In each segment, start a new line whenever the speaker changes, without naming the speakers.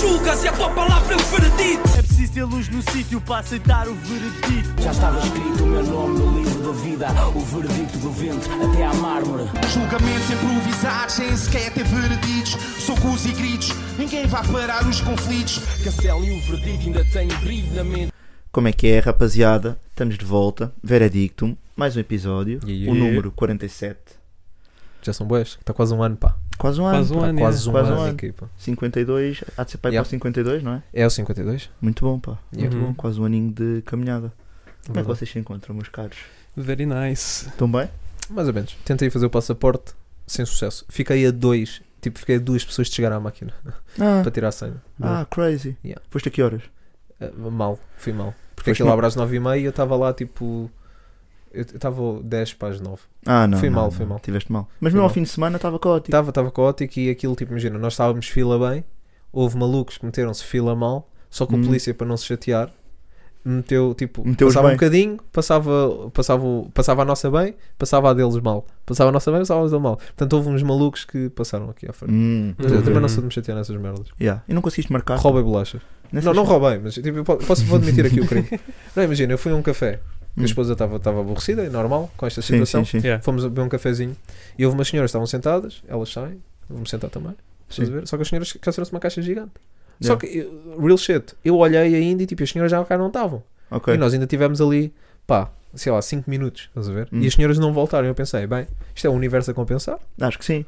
julgas e a tua palavra é o veredito.
É preciso ter luz no sítio para aceitar o veredito.
Já estava escrito o meu nome no livro da vida, o veredito do vento até à mármore.
Julgamentos improvisados, sem sequer ter vereditos. Socos e gritos, ninguém vai parar os conflitos.
Castelo e o veredito ainda têm brilho na mente.
Como é que é, rapaziada? Estamos de volta. Veredictum, mais um episódio.
Yeah.
O número 47.
Já são boas? Está quase um ano, pá.
Quase um ano.
Quase um
Tá
ano,
quase
é.
um
Quase um
ano,
ano.
equipa.
52. Há de ser para ir
Yeah.
para o 52, não é?
É o 52?
Muito bom, pá.
Yeah.
Muito bom.
Uhum.
Quase um aninho de caminhada. Como é que
Verdade.
vocês se encontram, meus caros?
Very nice.
Estão bem?
Mais ou menos. Tentei fazer o passaporte, sem sucesso. Fiquei a dois, tipo, fiquei a duas pessoas de chegar à máquina
Ah,
para tirar a senha.
ah crazy.
Tá. Yeah.
Foste a que horas?
Ah, mal, fui mal. Porque
Foste
aquilo
mal.
abre às 9h30 e eu estava lá, tipo. Eu estava 10 para as 9.
Ah, não.
Fui
não,
mal,
não,
fui mal.
Tiveste mal. Mas mesmo
Fui
ao
mal. Tá.
fim de semana estava caótico.
Estava estava caótico e aquilo, tipo, imagina, nós estávamos fila bem, houve malucos que meteram-se fila mal, só que
Hum.
a polícia, para não se chatear, meteu, tipo,
Meteu-os
passava um
bem.
bocadinho, passava, passava, o- passava a nossa bem, passava a deles mal. Passava a nossa bem, passava a deles mal. Portanto, houve uns malucos que passaram aqui à frente.
Hum.
Mas Eu também
Uhum.
Tá. não sou de me chatear nessas merdas.
Yeah. E não conseguiste marcar?
Roubei bolachas.
Nessas-
Não, não roubei, mas tipo, eu po- posso, vou admitir aqui o crime. Não, imagina, eu fui a um café, que
Hum.
a esposa estava estava aborrecida, é normal, com esta
Sim,
situação.
sim, sim.
Yeah.
Fomos a beber um cafezinho e houve umas senhoras que estavam sentadas, elas saem, vamos sentar também. Estás a ver? Só que as senhoras cansaram-se uma caixa gigante. Só
Yeah.
que, eu- real shit, eu olhei ainda e tipo, as senhoras já cá não estavam.
Ok.
E nós ainda tivemos ali, pá, sei lá, 5 minutos, estás a ver?
Hum.
E as senhoras não voltaram. Eu pensei, bem, isto é o universo a compensar.
Acho que sim.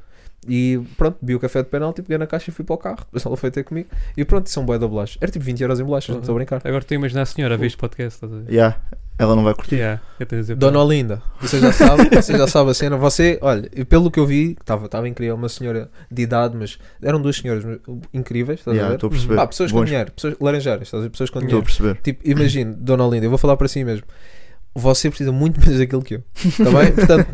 E pronto, vi o café de penalti, peguei na caixa e fui para o carro. Depois ela foi ter comigo. E pronto, são boé da bolachas. Era tipo 20 euros em bolachas,
Uhum.
não estou a brincar.
Agora estou a imaginar a senhora a ver este podcast. Estás a ver?
Yeah. Ela não vai curtir.
Yeah, eu tenho a dizer
Dona Olinda, você já sabe, você já sabe a cena. Você, olha, e pelo que eu vi, estava estava incrível, uma senhora de idade, mas eram duas senhoras mas, incríveis, estás
Yeah,
a ver?
Estou a perceber.
Pá, pessoas com
Bons-
dinheiro, pessoas laranjeiras, estás a ver? Pessoas com
Estou a
dinheiro.
perceber.
Tipo, imagino, Dona Olinda, eu vou falar para si mesmo. Você precisa muito mais daquilo que eu, está bem? Portanto,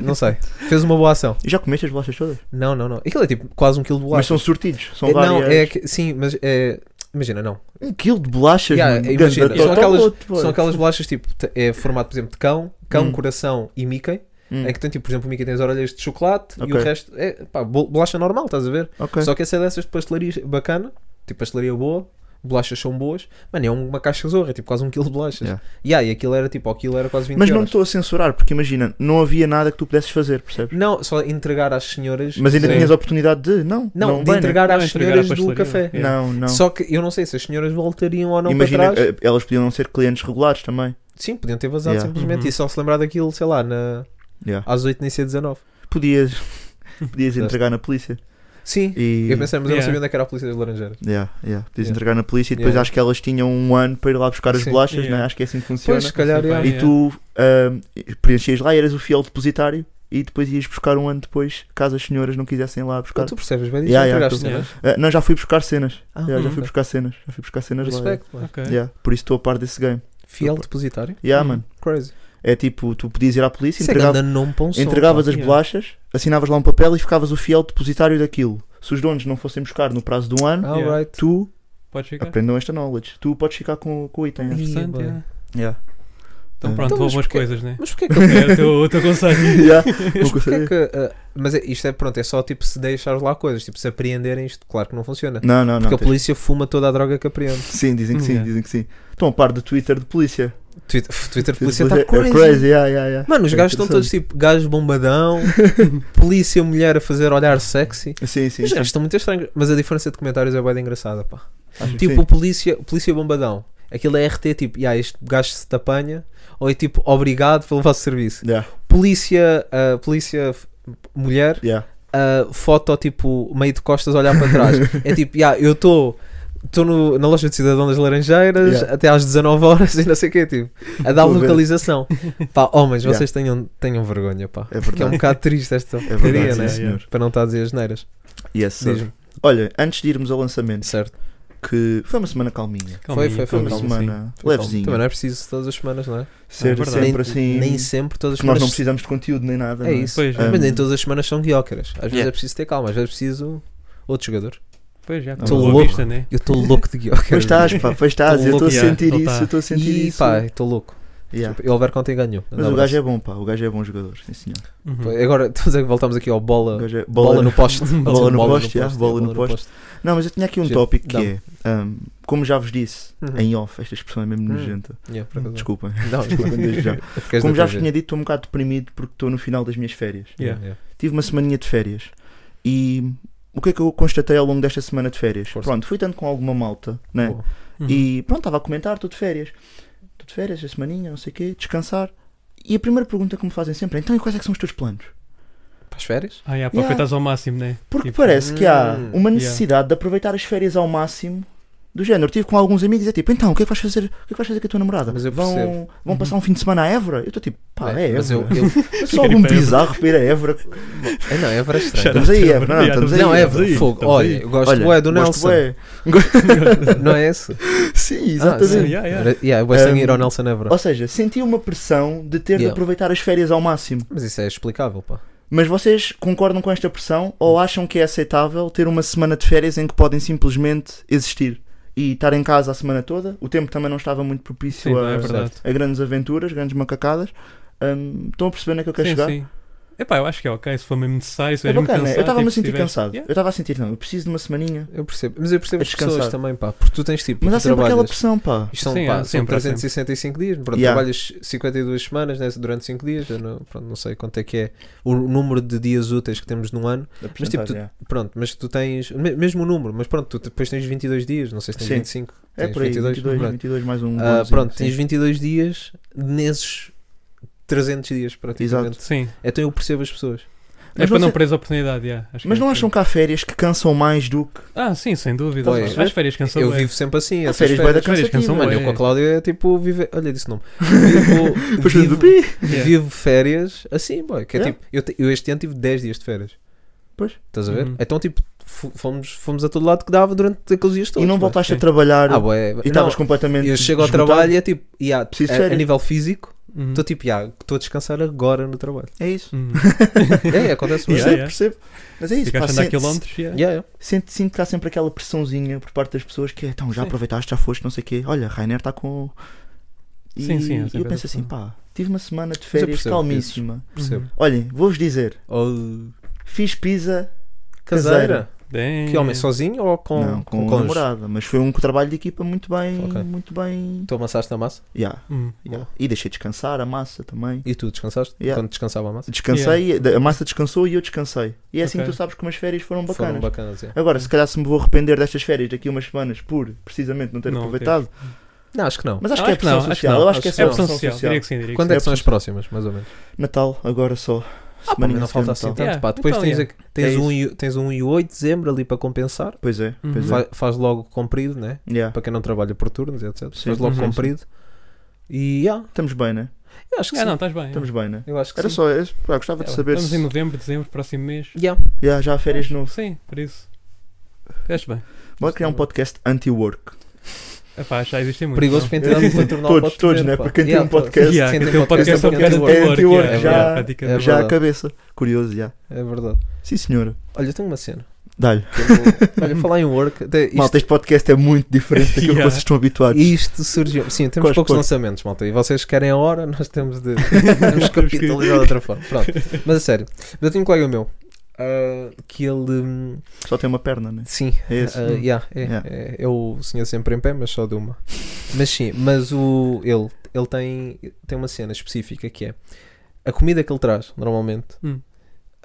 não sei. Fez uma boa ação.
E já comeste as bolachas todas?
Não, não, não. Aquilo é tipo quase um quilo de
Mas
bolacha.
são sortidos. São
É,
várias.
não, é que, sim, mas é. Imagina, não.
Um quilo de bolachas,
Yeah,
mano.
imagina,
Ganda
são
tota
aquelas-
lote, boy.
São aquelas bolachas tipo, te- é formato, por exemplo, de cão, cão,
Hum.
coração e Mickey.
Hum,
É que tem tipo, por exemplo, o Mickey tem as orelhas de chocolate e
Ok.
o resto é pá, bol- bolacha normal, estás a ver?
ok.
Só que essa é dessas de pastelaria bacana, tipo pastelaria boa, bolachas são boas, mano, é uma caixa zorra, é tipo quase um quilo de bolachas.
Yeah.
Yeah, e aquilo era tipo, ao quilo era quase 20
Mas não
euros.
estou a censurar, porque imagina, não havia nada que tu pudesses fazer, percebes?
Não, só entregar às senhoras.
Mas ainda
Sim.
tinhas a oportunidade de, não,
Não, de
bem, né?
entregar
Não,
às
entregar à
senhoras do
pastelaria.
café.
Yeah.
Não, não.
Só que eu não sei se as senhoras voltariam ou não
imagina,
para trás.
eh, elas podiam não ser clientes regulares também.
Sim, podiam ter vazado
Yeah.
simplesmente.
Uhum.
E só se lembrar daquilo, sei lá, na...
Yeah.
às 8 nem sei 19.
Ah. Podias, podias
Certo.
entregar na polícia.
Sim.
E,
Eu pensei, mas eu não
Yeah.
sabia onde é que era a polícia das laranjeiras.
yeah, yeah. Podias
Yeah.
entregar na polícia e depois
Yeah.
acho que elas tinham um ano para ir lá buscar as
Sim.
bolachas,
Yeah.
né? acho que é assim que funciona.
Pois, se calhar,
Sim,
yeah.
bem.
e tu ahm, preenchias lá e eras o fiel depositário e depois ias buscar um ano depois, caso as senhoras não quisessem lá buscar.
tu percebes bem disso,
Yeah,
não
yeah,
entregaste
tu-
cenas?
Ah, não, já fui buscar cenas.
Então Ah,
Yeah, já
hum,
fui buscar cenas. Já fui buscar cenas lá.
Respect, né? mano.
Ok.
Yeah, Por isso estou a par desse game.
Fiel
Opa.
depositário.
Yeah,
Hum.
mano.
Crazy.
É tipo, tu podias ir à polícia,
Isso é
entregava,
grande nome para um som,
entregavas
pá.
as
yeah.
bolachas, assinavas lá um papel e ficavas o fiel depositário daquilo. Se os donos não fossem buscar no prazo de um ano,
All
Yeah.
right.
tu
Pode ficar. É
aprendam esta knowledge. Tu podes ficar com, com o item.
Uhum.
acho.
Interessante,
Ih,
yeah.
Yeah.
Então
Ah.
pronto,
Então,
houve
mas
umas
porquê-
coisas, né?
Mas porquê que
É o teu- o teu conselho.
Yeah, vou
Porque é
conseguir.
que, ah, mas é- isto é pronto, é só tipo se deixares lá coisas, tipo se apreenderem isto, claro que não funciona.
Não, não, não.
Porque a
tens-
polícia fuma toda a droga que apreende.
Sim, dizem que sim,
Yeah.
dizem que sim. Estão a par do Twitter de polícia.
Twitter, Twitter de polícia
É
está Tipo, tá crazy.
yeah, yeah, yeah.
Mano, os
É
gajos estão todos
interessante.
tipo gajos bombadão, polícia mulher a fazer olhar sexy.
Sim, sim.
Os
sim.
gajos estão muito estranhos, mas a diferença de comentários é bem engraçada, pá.
Acho que
Tipo,
sim.
o polícia, o polícia bombadão. Aquilo é RT, tipo, yeah, este gajo se te apanha. Ou é tipo, obrigado pelo vosso serviço.
Yeah,
Polícia, ah, polícia f- mulher,
yeah.
ah, foto tipo, meio de costas, olhar para trás. é tipo, yeah, eu estou. Estou na loja de Cidadão das Laranjeiras
Yeah.
até às 19 horas e não sei o que, tipo, a dar
Estou a ver.
localização. pá, homens,
Yeah.
vocês tenham, tenham vergonha, pá.
É
Porque é um
verdade.
bocado triste esta
É
porcaria,
verdade,
né?
sim, senhor.
Para não estar a dizer as neiras.
Yes, sir.
Diz-me,
Olha, antes de irmos ao lançamento,
certo.
que foi uma semana calminha.
Calminha,
foi-
Foi uma
calma, sim.
semana
Também
levezinha.
não é preciso todas as semanas, não é?
Ser
É verdade.
sempre assim.
nem sempre todas as
que nós não
semanas.
precisamos de conteúdo nem nada.
É
não
isso.
Pois,
Ah,
Mas nem todas as semanas são guiócaras. Às vezes
Yeah.
é preciso ter calma, às vezes é preciso outro jogador.
Pois já,
Tô
pela
louco.
vista, né?
Eu estou louco de guiócaras.
Pois estás, pá, pois estás.
Tô
Eu estou
louco,
a
yeah,
sentir
tô
isso,
tá.
eu estou a sentir
E
isso.
pá, estou louco.
Yeah.
Ele Overconte ganhou.
Mas o gajo é bom, pá. O gajo é bom jogador, sim senhor.
Uhum.
Pô, Agora estamos a- voltamos aqui ao bola,
O gajo é-
bola, no poste.
Bola no poste, já, bola no poste. Não, mas eu tinha aqui um
Giro.
tópico que
Dá-me.
é, ahm, como já vos disse
Uhum.
em off, esta expressão é mesmo
Hum.
nojenta.
Yeah, por acaso.
Desculpem.
Não,
Desculpem desde já.
Ficas
Como
da
já
tua
vos
vez.
tinha dito, estou um bocado deprimido porque estou no final das minhas férias.
Yeah.
Yeah.
Tive uma semaninha de férias e o que é que eu constatei ao longo desta semana de férias?
Força.
Pronto, fui tanto com alguma malta, né?
Boa.
Uhum.
Uhum.
E pronto, estava a comentar, estou de férias. Estou de férias, a semaninha, não sei o quê, descansar. E a primeira pergunta que me fazem sempre é, então e quais é que são os teus planos?
Para as férias?
Ah, yeah, para
Yeah.
afeitares ao máximo, né?
Porque
Tipo,
parece que há
hum,
uma
yeah.
necessidade de aproveitar as férias ao máximo do género. Estive com alguns amigos e é tipo, então, o que é que vais fazer, o que é que vais fazer com a tua namorada?
Mas eu
vão
percebo.
vão passar um fim de semana a Évora? Eu estou tipo, pá, é,
Bem,
Évora.
mas eu, eu...
É só algum bizarro para ir a Évora.
É, não, é verdade estranho.
Estamos aí, Évora. Não, estamos aí.
Não, é
estamos aí,
fogo.
estamos
Olha,
aí.
eu gosto
Olha,
bué do
gosto
Nelson.
bué.
Não é esse?
Sim,
Ah, sim.
exatamente.
Yeah, yeah.
Era- yeah, eu gosto de
Um,
ir ao Nelson Évora.
Ou seja, senti uma pressão de ter de
Yeah.
aproveitar as férias ao máximo.
Mas isso é explicável, pá.
Mas vocês concordam com esta pressão ou acham que é aceitável ter uma semana de férias em que podem simplesmente existir e estar em casa a semana toda? O tempo também não estava muito propício
Sim, não
a,
é verdade.
a grandes aventuras, grandes macacadas. Hum, estão a perceber onde é que eu quero
sim,
chegar?
sim. Epá, eu acho que é ok, se for mesmo necessário, se
É
mesmo
bacana,
cansado,
eu estava-me
tipo,
a
se
sentir
tiveres-
cansado.
Yeah.
Eu estava a sentir, não, eu preciso de uma semaninha.
Eu percebo. Mas eu percebo
A
as pessoas
descansar.
também, pá. Porque tu tens tipo.
Mas
tu
há sempre
trabalhas...
aquela pressão, pá.
Isto são,
Sim,
pá,
há
são
sempre, há
365 dias, pronto,
Yeah.
trabalhas 52 semanas né, durante 5 dias, eu não, pronto, não sei quanto é que é o número de dias úteis que temos num ano,
Da
mas tipo, tu,
porcentagem, é.
pronto, mas tu tens, me- mesmo o número, mas pronto, tu depois tens 22 dias, não sei se tens
Sim.
25,
É
tens
por aí, 22, 22,
pronto.
mais um.
Ah,
bonzinho,
pronto,
sim.
tens 22 dias nesses 300 dias praticamente,
Sim,
então eu percebo as pessoas,
é
Mas
para
não
não
sei-
perder a oportunidade, yeah. Acho que é
Mas não
isso.
acham que há férias que cansam mais do que.
Ah, sim, sem dúvida.
Pois.
As férias cansam
eu
bué.
vivo sempre assim,
Há
essas
férias bué da
férias,
férias cansam
cansativas.
mano,
bué.
eu com a Cláudia é tipo, vive, olha, disse o nome,
Depois
vivo,
fazes o
vivo,
pi.
Yeah.
vivo férias assim, boy. Que é,
Yeah.
tipo, eu, te- eu este ano tive 10 dias de férias.
Pois.
Estás a ver?
Uhum.
Então, tipo, fu- fomos, fomos a todo lado que dava durante aqueles dias todos.
E não
boy.
voltaste a
sim.
trabalhar
Ah, boy.
e
não,
estavas completamente.
eu chego ao
esgotado?
trabalho e é tipo, yeah,
Preciso de
a, a
férias.
nível físico,
Uhum.
estou tipo, yeah, estou a descansar agora no trabalho.
É isso.
Uhum.
é, acontece muito.
Yeah, yeah.
Percebo, percebo. Mas é isso. Pá,
Ficaste a andar
sente,
quilómetros, yeah.
Yeah, yeah.
sente- sinto que há sempre aquela pressãozinha por parte das pessoas que é então já
Sim.
aproveitaste, já foste, não sei o quê. Olha, Rainer está com. E
Sim, sim, há
eu
sempre
penso
essa
assim, pá, tive uma semana de
eu
férias
percebo
calmíssima.
Percebo.
Olhem, vou-vos dizer,
Ou
fiz pizza
caseira.
caseira.
Damn.
Que homem, sozinho ou com,
não, com, um
com
a
cônjuge?
namorada, mas foi um trabalho de equipa muito bem,
Ok. Então-
muito bem.
Tu amassaste a massa
Yeah.
Uhum.
Yeah. E deixei descansar a massa também.
e tu descansaste
Yeah.
quando descansava a massa?
Descansei, a massa descansou e eu descansei. E é assim
Ok.
que tu sabes que umas férias foram bacanas.
Foram bacanas, yeah.
Agora, se calhar se me vou arrepender destas férias daqui a umas semanas por precisamente não ter
Não,
aproveitado,
Não, acho que não.
mas acho
Não,
que é
acho que não,
pressão
acho que
social.
não.
Eu acho que é
Acho
só
É
opção
pressão
pressão
social,
social.
diria que sim, diria que
Quando
sim.
é que são as próximas, mais ou menos?
Natal, agora só. Semaninha
não
de
falta assim
Natal.
tanto,
Yeah,
pá. Depois
então,
tens,
yeah.
a- tens,
É
um, e- tens um e 8 de dezembro ali para compensar.
Pois é,
Uhum.
pois é.
Fa- faz logo comprido, né?
Yeah.
Para quem não trabalha por turnos, etc.
Sim.
faz logo
Uhum.
comprido. E yeah,
Estamos bem, né?
eu acho que
Ah,
sim.
não, estás bem.
Estamos bem, né?
Eu acho que
Era
sim.
só, eu, pá, gostava de
Yeah,
saber
Estamos em
se
novembro, dezembro, próximo mês.
Yeah.
Yeah, já há férias de novo.
Sim, por isso. Estás bem.
Bora criar um podcast anti-work.
Epá, já existem muitos.
Perigoso para entidade patronal
Todos,
pode
todos,
ver,
né?
pá.
Para quem tem um
todos.
podcast-
Yeah,
Quem
quem tem um podcast
é
é um
podcast.
bocado
anti-work,
é
já.
verdade, praticamente.
É
já à
verdade.
cabeça. Curioso, já.
É verdade.
Sim, senhora.
Olha, eu tenho uma cena.
Dá-lhe.
que eu vou- Olha, falar em work. até isto-
Malta, este podcast é muito diferente daquilo que
Yeah.
vocês estão habituados.
Isto surgiu. Sim, temos
Cospe,
poucos
cospe.
lançamentos, malta. E vocês querem a hora, nós temos de temos que capitalizar de outra forma. Pronto. Mas a sério, eu tenho um colega meu ah, que ele. hum,
Só tem uma perna, né?
Sim,
É esse.
ah, yeah, é,
Yeah.
é- é o senhor sempre em pé, mas só de uma. Mas sim, mas o, ele, ele tem, tem uma cena específica que é a comida que ele traz, normalmente.
Hum.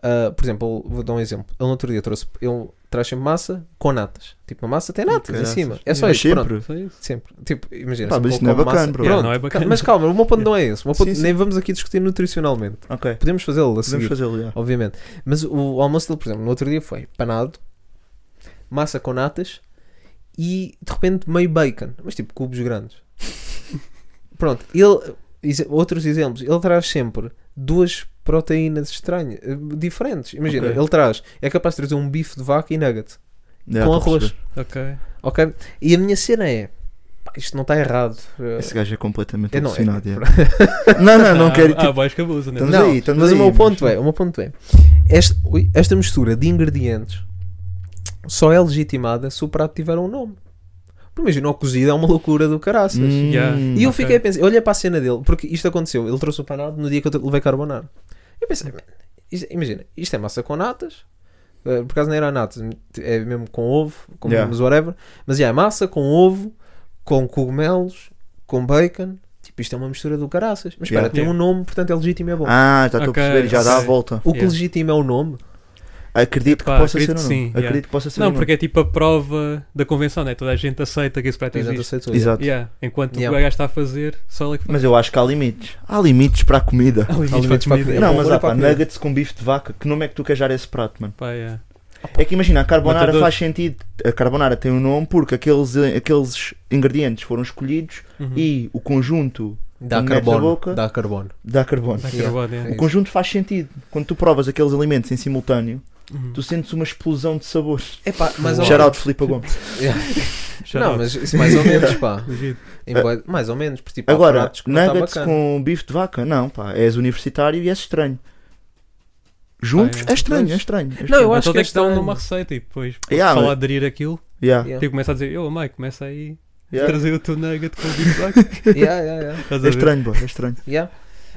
ah, por exemplo, vou dar um exemplo. Ele no outro dia trouxe. Ele traz sempre massa com natas. Tipo, a massa tem natas em
Caraças.
cima. É só
Mas
isso. Pronto.
sempre.
Só isso.
Sempre. Tipo, imagina.
Pá,
se
mas
eu
isso não é
como
bacana,
massa-
bro.
Pronto,
Yeah, não é bacana.
ca- Mas calma, o meu ponto não é esse. O meu ponto-
Sim, sim.
nem vamos aqui discutir nutricionalmente.
Ok.
Podemos fazê-lo a
Podemos
seguir,
fazê-lo, já.
obviamente. Mas o almoço dele, por exemplo, no outro dia foi panado, massa com natas e de repente meio bacon, mas tipo cubos grandes. Pronto, ele. exe- Outros exemplos, ele traz sempre duas proteínas estranhas, eh, diferentes. Imagina,
Ok.
ele traz, é capaz de trazer um bife de vaca e nugget
Já, estou
com
a
arroz.
perceber.
Ok.
Ok? E a minha cena é: pá, isto não está errado. eh,
Esse gajo é completamente
eu não-
alucinado.
é-
já. Não, não, não
Ah,
quero.
Ah,
tipo,
boys que abusam, né?
Estamos
Não,
aí, estamos
mas
aí,
o meu
mas-
ponto é, o meu ponto é, esta, ui, esta mistura de ingredientes só é legitimada se o prato tiver um nome. Porque Imagina, o cozido é uma loucura do caraças.
Yeah.
hum.
E eu
Ok.
fiquei a pensar, eu olhei para a cena dele, porque isto aconteceu, ele trouxe o panado no dia que eu te- levei carbonara. Eu pensei, "Man, isto- imagina, isto é massa com natas, eh, por acaso não era natas, é mesmo com ovo, com
Yeah.
mas whatever, mas yeah, é massa com ovo, com cogumelos, com bacon, tipo, isto é uma mistura do caraças. Mas espera,
Yeah.
tem
Yeah.
um nome, portanto é legítimo e é bom.
Ah, já estou
Ok,
a perceber, já dá a
sim.
volta.
o que
Yeah.
legítimo é o nome?
Acredito que
Epá,
possa
acredito
ser um
que sim,
nome.
yeah.
Acredito que possa ser um
Não,
nome.
porque é tipo a prova da convenção, né? Toda a gente aceita que esse prato
Toda a gente
existe.
aceitou, yeah.
Exato.
Yeah. Enquanto
Yeah.
o gajo está a fazer, só ele é que faz.
Mas eu acho que há limites. Há limites para a comida.
Alimentos para comer. É
não,
bom,
mas
olha
há
para a
pá,
comida.
nuggets com bife de vaca. Que nome é que tu queres dar a esse prato, mano?
Pá, yeah.
É que imagina, a carbonara
Matador.
faz sentido. A carbonara tem um nome porque aqueles, eh, aqueles ingredientes foram escolhidos
Uhum.
e o conjunto
Dá
Mete na
carbono,
boca.
dá carbono.
dá carbono.
Dá
Yeah.
carbono, Tá yeah.
O conjunto faz sentido. Quando tu provas aqueles alimentos em simultâneo,
Uhum.
tu sentes uma explosão de sabores.
Epá, mas
Wow.
Shout out Filipe Gomes.
Shout
Não,
out.
mas isso mais ou menos, pá.
Legit.
Em boi- mais ou menos, porque tipo, há
Agora,
pratos que não tá
nuggets
bacana.
com bife de vaca? Não, pá, és universitário e és estranho. Juntos
Ah, é.
é estranho, é
Pois.
estranho. É
Não,
estranho.
eu acho
então
que é
tem que dar um
estranho.
numa receita e depois para
Yeah,
yeah,
mas-
aderir aquilo.
Yeah,
Yeah.
Tipo, começa a dizer, eu, oh, mãe, começa aí
yeah.
trazer o teu nugget com o Big Mac.
Yeah, yeah, yeah.
Estás a
É
ver?
estranho, pá, é estranho.
Yeah.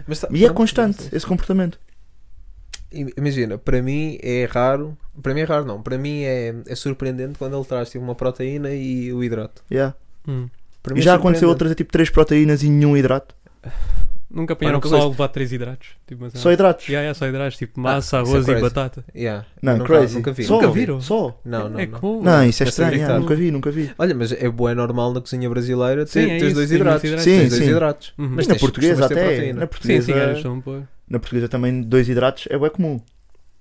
Mas tá-
E é
pronto,
constante esse comportamento.
Im- Imagina, para mim é raro. Para mim é raro, não. Para mim é, é surpreendente quando ele traz tipo, uma proteína e o hidrato.
Yeah.
Hum.
Para mim
E
é
já aconteceu
surpreendente.
outras, é tipo 3 proteínas e nenhum hidrato.
Nunca apanharam
nunca
pessoal a
coisa.
levar três hidratos. Tipo,
Tá.
mas,
Só hidratos.
Yeah, yeah, só hidratos, tipo massa,
isso é
arroz e
crazy.
batata.
Yeah.
Não,
nunca,
crazy. um
Nunca vi.
Só,
Nunca viram?
Só.
Não, não.
é
não.
comum.
Não, isso é
Essa
estranho,
gritar.
yeah, nunca vi, nunca vi.
Olha, mas é bué normal na cozinha brasileira ter,
Sim, é
teres
isso,
dois
tem muitos
hidratos.
hidratos.
Sim,
tens dois
sim.
hidratos.
Uhum.
Mas
na
tens-
portuguesa
costumas ter
até.
proteína.
Na
Sim, sim, gajo,
portuguesa,
são um pô.
na portuguesa também dois hidratos é bem comum.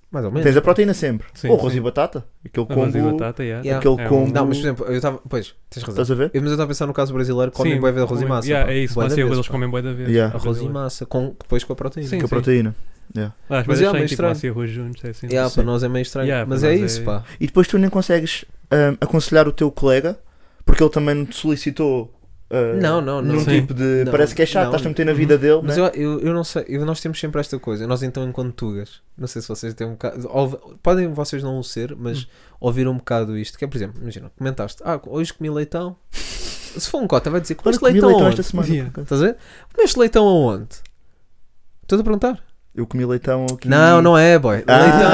Mais ou menos.
Tens a proteína sempre.
Sim,
Ou arroz
sim.
e batata. Aquele
Ah,
Arroz e
combo.
batata, yeah.
Yeah.
Aquele
É um-
combo.
Não, mas por exemplo, eu estava. Pois, tens razão.
Estás a ver?
Eu- Mas eu estava a pensar no caso brasileiro, comem
Sim,
bué de arroz e
comem-
massa.
Yeah,
pá.
é isso,
Bué da
massa e arroz
vez,
eles
pá.
comem bué da vez.
Yeah.
Arroz e massa, com, depois com a proteína.
Sim,
Com a
sim.
proteína.
Ah, Mas
Mas
é
é meio
estranho, tipo
estranho.
massa e arroz juntos, é assim.
Yeah,
sim.
para nós é meio estranho.
Yeah,
mas
para
é
nós
isso,
é-
pá.
E depois tu nem consegues hum, aconselhar o teu colega porque ele também não te solicitou hum,
Não, não, não.
nenhum
Sim.
tipo de.
Não,
parece que é chato,
não. Uhum.
estás a meter na vida dele.
Mas
né?
eu, eu, eu não sei, eu- nós temos sempre esta coisa. Nós então, enquanto tugas, não sei se vocês têm um bocado. ouve- Podem vocês não o ser, mas ouviram um bocado isto. Que é, por exemplo, imagina, comentaste, ah, hoje comi leitão. Se for um cota, vai dizer,
Olha,
comeste
comi
leitão,
leitão
aonde?
esta semana.
Yeah.
por acaso.
Estás a ver? Comeste leitão aonde? Estou a perguntar?
Eu comi leitão aqui.
Não, não é, boy.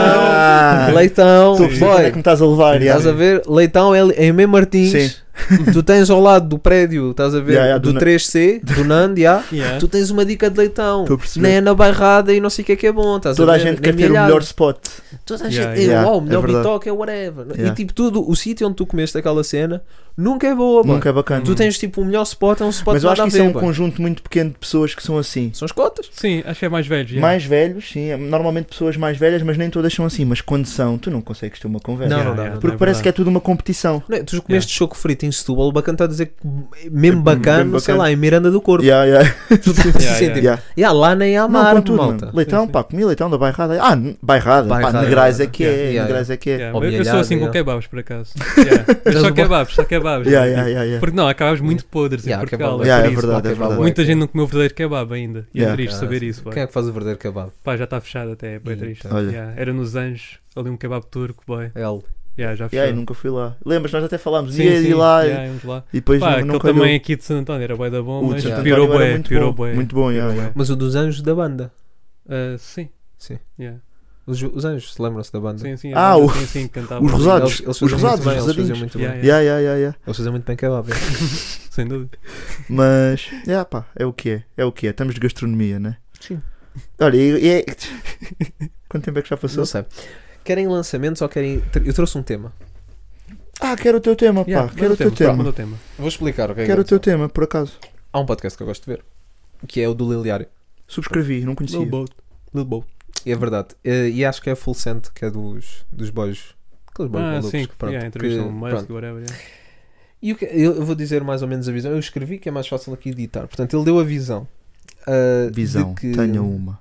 Ah!
Leitão,
Estou a perceber
leitão,
onde é que me
boy.
estás a levar. yeah.
Estás a ver? Leitão é ali- em M. Martins. tu tens ao lado do prédio, estás a ver?
Yeah, yeah,
do,
do Na-
3C, do Nand, yeah.
Yeah.
Tu tens uma dica de leitão.
Estou a perceber.
Nem é na bairrada e não sei o que é que é bom. Estás
Toda
a,
a
ver?
gente
Na
quer ter o
milhada.
melhor spot.
Toda a
Yeah,
gente.
yeah.
Uau, o
Yeah,
melhor
é verdade.
bitoque é whatever.
Yeah.
E tipo, tudo, o sítio onde tu comeste aquela cena nunca é boa. pá.
Nunca é bacana.
Tu tens tipo o melhor spot, é um spot
Mas eu
nada
acho que isso
a ver,
é um
pá.
conjunto muito pequeno de pessoas que são assim.
São as cotas.
Sim, acho que é mais velho. yeah.
Mais velhos, sim, é- normalmente pessoas mais velhas, mas nem todas são assim. Mas quando são, tu não consegues ter uma conversa.
Não,
Yeah,
não dá,
yeah,
não
Porque
é
parece que é
verdade.
tudo uma competição.
Não é? Tu comeste choco frito em Setúbal, o bacana está a dizer que mesmo bacana,
bem
sei
bacana.
lá, em Miranda do Corpo.
Yeah, yeah,
Yeah,
Sim,
yeah.
tipo,
yeah.
yeah, lá nem há
Não,
mar,
contudo,
malta.
mano. Leitão,
Sim, sim.
pá, comi leitão da bairrada. Ah, n- bairrada.
Bairrada,
pá, Negrais é que é.
yeah, yeah,
negrais é que é.
Yeah,
Ou
eu- Eu sou
milhado,
assim com
yeah.
kebabs, por acaso. Yeah. Mas só kebabs, só
é.
kebabs.
Yeah,
Tipo,
yeah, yeah, yeah.
Porque não, há kebabs muito podres em
Yeah,
Portugal.
kebab,
é
Yeah,
por
é
isso.
verdade, é
kebab,
verdade.
Muita gente não comeu verdadeiro kebab ainda. E
Yeah.
é
Ah,
triste saber isso. pá.
Quem é que faz o verdadeiro kebab?
Pá, já está fechado até, é bem
Eita.
triste.
então, Olha.
Yeah, Era nos Anjos, ali um kebab turco, boy.
Ele.
Yeah, já
Yeah, eu
fechou.
nunca fui lá. Lembras, nós até falámos.
Sim,
ia
sim,
ir lá
yeah, íamos lá.
e depois
Pá,
não, não
aquele
calhou.
também aqui de Santo António era bué da bom,
O
mas
de Santo
pirou
António era
bué,
muito
pirou
bom,
bué.
Muito bom, yeah,
Pirou
yeah.
bué.
Mas o dos anjos da banda.
Ah, Sim,
Sim.
yeah.
Os, os anjos, lembram-se da banda?
sim, sim.
Ah,
era
o-
assim, assim, cantava.
os rosados,
Eles, eles
os
faziam
rosados, os Uhum.
muito bem, eles faziam
rosadinhos.
muito
Yeah,
bem.
Yeah, yeah, yeah, yeah.
Eles faziam muito bem kebab. é.
Sem dúvida.
Mas, yeah, pá, é o que é. É o que é. Estamos de gastronomia, né?
Sim.
Olha, e, e é... Quanto tempo é que já passou?
Não sei. Querem lançamentos ou querem. Eu trouxe um tema.
Ah, quero o teu tema, pá.
Yeah, manda
quero o teu
pá, manda
tema.
o tema.
Vou explicar o que é que
Quero o teu
aconteceu.
tema, por acaso.
Há um podcast que eu gosto de ver, que é o do Liliário.
Subscrevi, não conhecia.
Lil Boat. Lil Boat.
E é verdade. Eh, E acho que é Full Sent, que é dos, dos boys. Aqueles boys
Ah,
malucos.
sim,
pronto,
yeah, entrevista
que-
ao Musk,
pronto.
whatever. yeah.
E o que- eu vou dizer mais ou menos a visão. Eu escrevi que é mais fácil aqui editar. Portanto, ele deu a visão. ah, de
Visão,
que-
tenha uma.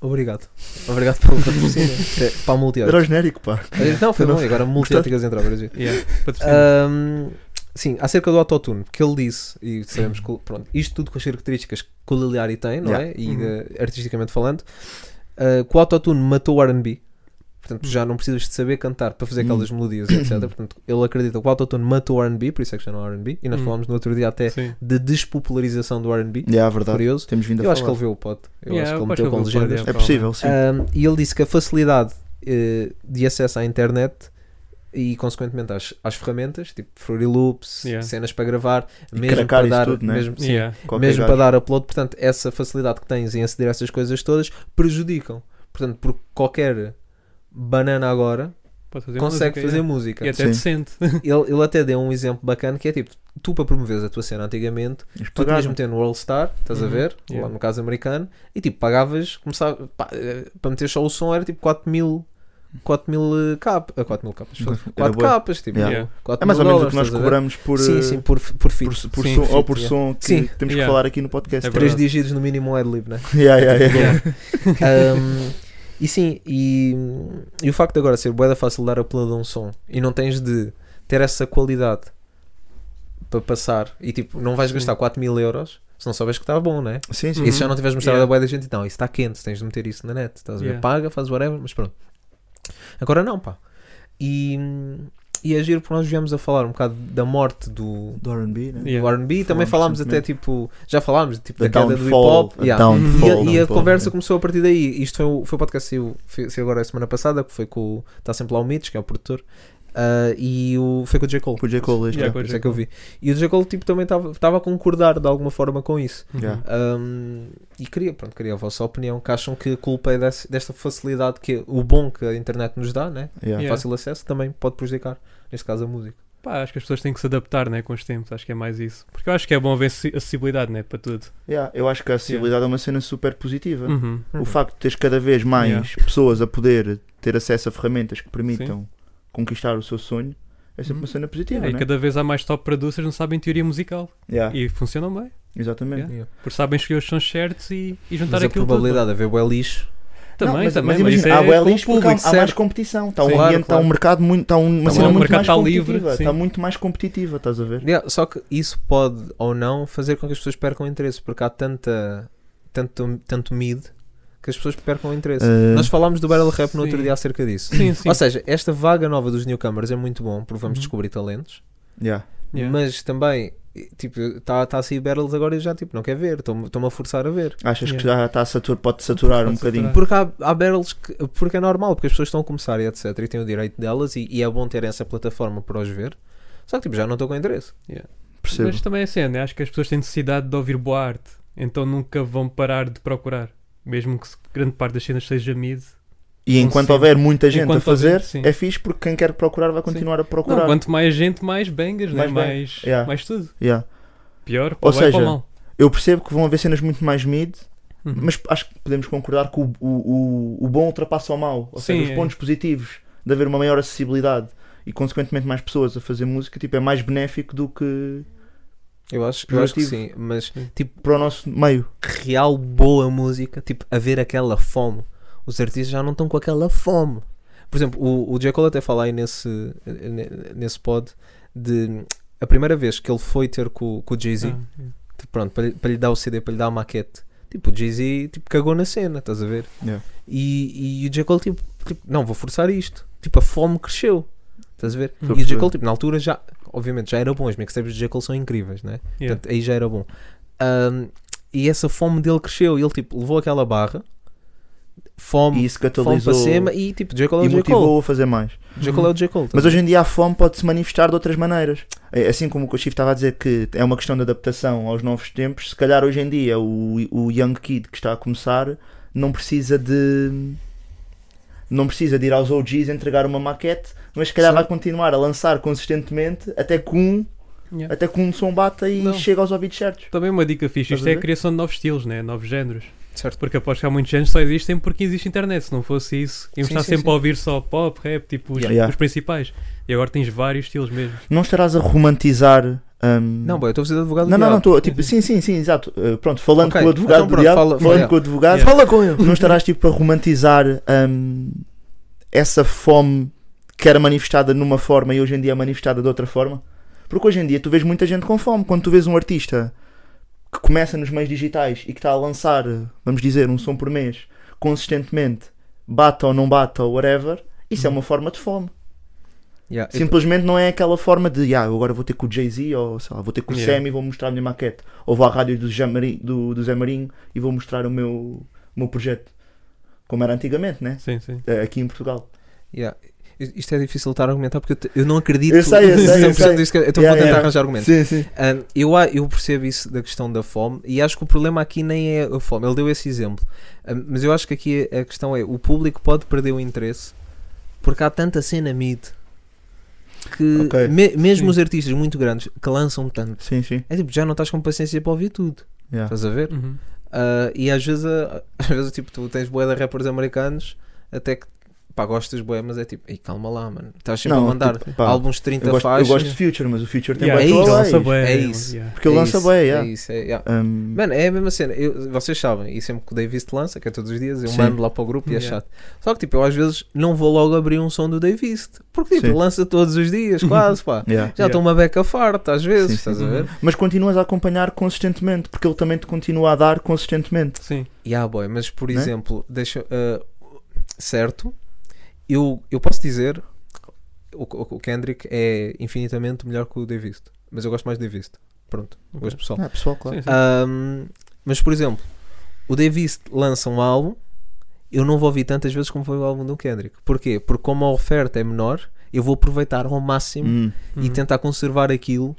Obrigado. Obrigado pelo patrocínio. É, para a
Era
multiótica.
o genérico, pá.
Não, foi
Não.
bom. e Agora multióticas entrar várias vezes.
Yeah, patrocínio.
Ahm, sim, acerca do autotune, porque ele disse, e sabemos que, pronto, isto tudo com as características que o Liliari tem, não é? E
Uhum.
eh, artisticamente falando, ah, que o autotune matou o
Uhum.
RB. Portanto, já não precisas de saber cantar para fazer aquelas melodias, etc. Portanto, ele acredita que o autotune matou o R&B, por isso é que já não há R&B. E nós
Hum.
falámos no outro dia até
Sim.
de despopularização do R&B.
É, é verdade.
Curioso.
Temos vindo a
Eu acho que
falar.
ele viu o pote. Eu
Yeah,
acho que
eu
ele
acho que
meteu com
ele viu o pote,
legendas.
é.
É possível, sim.
Um, e ele disse que a facilidade eh, de acesso à internet e consequentemente às, às ferramentas, tipo Fruity Loops,
Yeah.
cenas para gravar,
E
mesmo
cracar
para
isso
dar,
tudo, né?
mesmo, sim,
Yeah.
Qualquer
mesmo para
gajo.
dar upload, portanto, essa facilidade que tens em aceder a essas coisas todas prejudicam. Portanto, porque qualquer banana agora
Pode fazer
consegue
música,
fazer
yeah.
música.
E até
Sim.
decente.
Ele, ele até deu um exemplo bacana que é tipo, tu para promoveres a tua cena antigamente,
Mas
tu tinhas de
pagaram.
meter no All Star, estás a
Uhum.
ver?
Yeah.
Lá no caso americano, e tipo, pagavas, começava, pá, eh, para meter só o som era tipo 4 mil. 4 mil eh, capas, 4 mil capas,
Era
4
bué.
capas, tipo,
Yeah.
Yeah.
4
É mais ou
mil
menos o que nós
dólares, estás a ver?
cobramos por,
Sim,
eh,
sim, por, por fit.
por, por
Sim,
som, ou
fit,
por
yeah.
som que
Sim.
temos que
Yeah.
falar aqui no podcast.
É
Três
verdade.
dígitos no mínimo ad lib, né?
Yeah, yeah, yeah.
Ahm, e sim, e, e o facto de agora ser bué da fácil dar upload a um som e não tens de ter essa qualidade para passar e tipo, não vais
Sim.
gastar 4 mil euros se não souberes que está bom, né?
Sim, sim.
E se já não tiveres mostrado
Uhum. Yeah.
a boia da gente, então isso está quente, tens de meter isso na net, estás a ver?
Yeah.
Paga, faz whatever, mas pronto. Agora não, pá. E, e agir porque nós viemos a falar um bocado da morte do,
Do RB, né?
Yeah. né?
do RB, também
Falámos
falámos até tipo, já falámos tipo, da
The
queda do hip hop.
downfall. a
yeah. E a-
downfall,
e a,
downfall, né?
conversa
yeah.
começou a partir daí. Isto foi, o- foi o podcast que saiu, foi- saiu agora a semana passada, que foi com o. Está sempre lá o Mitch, que é o produtor, ah, e o, foi com o J. Cole.
Com o J. Cole,
Yeah,
este, yeah.
com
Por
o
isso é
J.
que eu vi. E o J. Cole tipo, também estava a concordar de alguma forma com isso.
Yeah.
Um, e queria, pronto, queria a vossa opinião, que acham que a culpa é desse- desta facilidade que o bom que a internet nos dá, né?
Yeah.
Yeah.
Fácil acesso também pode prejudicar, neste caso a música.
Pá, acho que as pessoas têm que se adaptar né, com os tempos, acho que é mais isso. Porque eu acho que é bom haver acessi- acessibilidade né, para tudo.
Yeah, Eu acho que a acessibilidade é uma cena super positiva.
Uhum.
O facto de teres cada vez mais
Yeah.
pessoas a poder ter acesso a ferramentas que permitam conquistar o seu sonho é sempre uma cena positiva,
Uhum. Yeah, e
né?
cada vez há mais top producers não sabem teoria musical.
Yeah,
E funcionam bem.
Exatamente.
Yeah. Porque sabem escolher os sons certos e, e juntar
Mas a
aquilo
probabilidade de haver o lixo,
tudo.
Não,
Também,
mas,
também.
mas imagina,
isso
há
é
bué
com o
lixo porque há-
público,
há,
certo?
mais competição. Está um
Sim.
ambiente,
Claro,
está
claro.
um mercado muito, está uma
Tá bom,
cena
o
muito
mercado
mais
tá livre,
competitiva.
sim.
está muito mais competitiva, estás a ver?
Yeah, só que isso pode ou não fazer com que as pessoas percam o interesse, porque há tanta, tanto, tanto medo que as pessoas percam o interesse.
Eh,
Nós falámos do Battle Rap no outro
sim.
dia acerca disso.
Sim, sim. Uhum.
Ou seja, esta vaga nova dos newcomers é muito bom, porque vamos descobrir talentos.
yeah.
Yeah.
Mas também, tipo, está tá a sair battles agora e eu já tipo, não quer ver, estou-me a forçar a ver.
Achas que
Yeah.
já está a satur, pode saturar
Pode
um bocadinho?
saturar.
Porque há, há battles que, porque é normal, porque as pessoas estão a começar e etc. E têm o direito delas e, e é bom ter essa plataforma para os ver. Só que tipo, já não estou com interesse.
Percebo.
Mas também é assim, né? acho que as pessoas têm necessidade de ouvir boa arte, então nunca vão parar de procurar. Mesmo que se- grande parte das cenas seja mid.
E enquanto
Sim.
houver muita gente
Enquanto
a fazer,
houver, sim.
é fixe porque quem quer procurar vai continuar a
Não,
procurar.
quanto mais gente, mais bangas, né?
Mais bang-
mais,
Yeah.
mais tudo.
Yeah.
Pior, para o
Ou
bem, para
seja,
o mal.
Eu percebo que vão haver cenas muito mais mid,
Uhum.
mas acho que podemos concordar que o, o, o- o bom ultrapassa o mal. Ou
Sim,
seja, os
é.
pontos positivos de haver uma maior acessibilidade e consequentemente mais pessoas a fazer música tipo, é mais benéfico do que
Eu acho, eu acho que sim,
Pejorativo.
mas tipo,
para o nosso meio.
real boa música, tipo, haver aquela fome. Os artistas já não estão com aquela fome. Por exemplo, o, o J. Cole até fala aí nesse, ne- nesse pod de a primeira vez que ele foi ter com, com o Jay-Z.
Ah, yeah.
Tipo, pronto, para lhe, para lhe dar o CD, para lhe dar a maquete. Tipo, o Jay-Z tipo, cagou na cena, estás a ver?
Yeah.
E, e o J. Cole, tipo, tipo, não, vou forçar isto. Tipo, a fome cresceu, estás a ver?
Estou a
E o J.
perceber.
Cole, tipo, na altura já, obviamente, já era bom. As mixtapes do J. Cole são incríveis, né?
Yeah.
Portanto, aí já era bom. Ahm, e essa fome dele cresceu. Ele, tipo, levou aquela barra,
E
fome,
isso
fome para
catalisou
cima e, tipo, J. Cole é
e
o J. Cole.
motivou a fazer mais.
J. Cole é o J. Cole.
Mas
estás
hoje em dia a fome pode se manifestar de outras maneiras. É, Assim como o que o Chief estava a dizer que é uma questão de adaptação aos novos tempos, se calhar hoje em dia o, o Young Kid que está a começar não precisa de. Não precisa de ir aos OGs entregar uma maquete, mas se calhar
Sim.
vai continuar a lançar consistentemente até que um,
Yeah.
até que um som bata e
Não.
chega aos ouvidos certos.
Também uma dica fixe,
Estás
isto
a
é a
ver?
criação de novos estilos, né? novos géneros.
a- Certo.
Porque aposto que há muitos géneros que só existem porque existe internet. Se não fosse isso, íamos
Sim,
estar
sim,
sempre
sim.
a ouvir só pop, rap, tipo os,
Yeah. Yeah.
os principais. E agora tens vários estilos mesmo.
Não estarás a romantizar. hum,
Não, boy, eu estou a fazer de advogado do
não, não, não,
diabo.
estou. Tipo, sim, sim, sim, exato. Uh, pronto, falando
Ok,
com o advogado
então
do
pronto,
diabo,
fala-
falando
fala.
com o advogado,
Fala com ele.
não estarás tipo a romantizar hum, essa fome que era manifestada numa forma e hoje em dia é manifestada de outra forma? Porque hoje em dia tu vês muita gente com fome. Quando tu vês um artista que começa nos meios digitais e que está a lançar, vamos dizer, um som por mês consistentemente, bata ou não bata ou whatever, Isso é uma forma de fome.
Yeah, eu-
Simplesmente não é aquela forma de, ah, eu agora vou ter com o Jay-Z ou sei lá, vou ter com o
Yeah.
Sammy e vou mostrar a minha maquete. Ou vou à rádio do, Zé Mari- do, do Zé Marinho e vou mostrar o meu, o meu projeto. Como era antigamente, né?
Sim, sim.
Eh, Aqui em Portugal.
yeah. Isto é difícil de estar a argumentar porque eu, te- eu não acredito
Eu sei, eu sei, eu
100%
sei.
disso que- então
Yeah,
vou tentar
yeah.
arranjar argumentos.
Sim, sim.
Ahn, eu, a- eu percebo isso da questão da fome e acho que o problema aqui nem é a fome. Ele deu esse exemplo. Ahm, mas eu acho que aqui a questão é: o público pode perder o interesse porque há tanta cena mid que
Ok.
me- mesmo
Sim.
os artistas muito grandes que lançam tanto,
Sim, sim.
é tipo, já não estás com paciência para ouvir tudo.
Yeah.
Estás a ver?
Uhum.
Ah, e às vezes, a- às vezes tipo, tu tens boé de rappers americanos até que. Pá, gostas boé, mas é tipo, ei, calma lá, mano. Estás sempre
Não,
a mandar
tipo, pá,
álbuns de
Eu
30
gosto, eu
faixas.
gosto de Future, mas o Future tem
Yeah,
bué
é isso.
de
Lança
colagens.
bué,
é
mano,
isso.
yeah.
Porque ele lança
isso,
bué,
é
yeah.
isso, é, yeah.
Um,
Mano, é a mesma cena. Eu- vocês sabem, e sempre que o Davis te lança, que é todos os dias, eu
Sim.
mando lá para o grupo e é
Yeah.
chato. Só que tipo, eu às vezes não vou logo abrir um som do Davis, porque tipo,
Sim.
lança todos os dias, quase, pá.
yeah.
Já estou uma beca farta às vezes,
Sim, sim.
estás a ver?
Mas continuas a acompanhar consistentemente, porque ele também te continua a dar consistentemente.
Sim.
Yeah, boy, mas por
Né?
exemplo, deixa. ah, certo, eu, eu posso dizer o, o- o Kendrick é infinitamente melhor que o Davis, mas eu gosto mais do Davis. Pronto, gosto pessoal.
Ah, pessoal, claro.
Sim, sim.
Ahm, mas, por exemplo, o Davis lança um álbum, eu não vou ouvir tantas vezes como foi o álbum do Kendrick. Porquê? Porque como a oferta é menor, eu vou aproveitar ao máximo
Hum.
e
Uhum.
tentar conservar aquilo.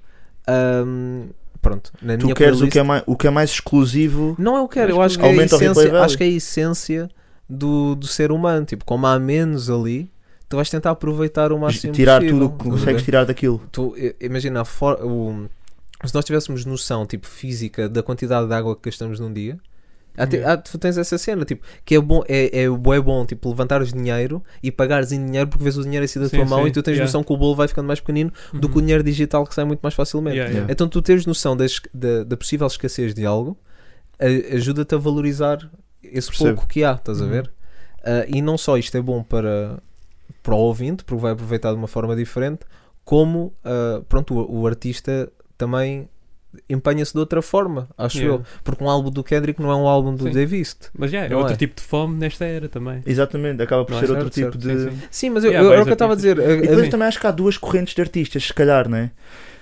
ahm, pronto, na
Tu
minha
queres o
playlist.
que, é mais, o que é mais exclusivo.
Não é o que era, eu
Mas
acho que, é a
aumenta o replay
essência,
value.
acho que é a essência do, do ser humano. Tipo, como há menos ali, tu vais tentar aproveitar o máximo
Tirar
possível,
tudo o que
estás a ver?
consegues tirar daquilo.
tu, i- imagina, a for- o- se nós tivéssemos noção tipo, física da quantidade de água que gastamos num dia, há ti-
Uhum.
Yeah.
há- tu tens essa cena, tipo, que é bom, é, é, bué bom tipo, levantares dinheiro e pagares em dinheiro porque vês o dinheiro assim da
Sim,
tua mão
sim,
e tu tens
yeah.
noção que o bolo vai ficando mais pequenino do que o
Uhum.
dinheiro digital que sai muito mais facilmente.
Yeah, yeah.
Então tu teres noção da, esc- da, da possível escassez de algo a- ajuda-te a valorizar esse
Percebo.
pouco que há, estás a
Uhum.
ver? Ah, e não só isto é bom para, para o ouvinte, porque vai aproveitar de uma forma diferente, como ah, pronto, o, o artista também empenha-se de outra forma, acho
Yeah.
eu. Porque um álbum do Kendrick não é um álbum do
Sim.
Davis.
Mas yeah, é
Não
outro
é?
tipo de fome nesta era também.
Exatamente, acaba por
Não,
ser
certo,
É outro tipo de.
Sim, sim.
Sim, mas eu,
Yeah,
eu- era
vários
o que eu estava a dizer.
artistas.
a-
E depois
a-
também acho que há duas correntes de artistas, se calhar, não é?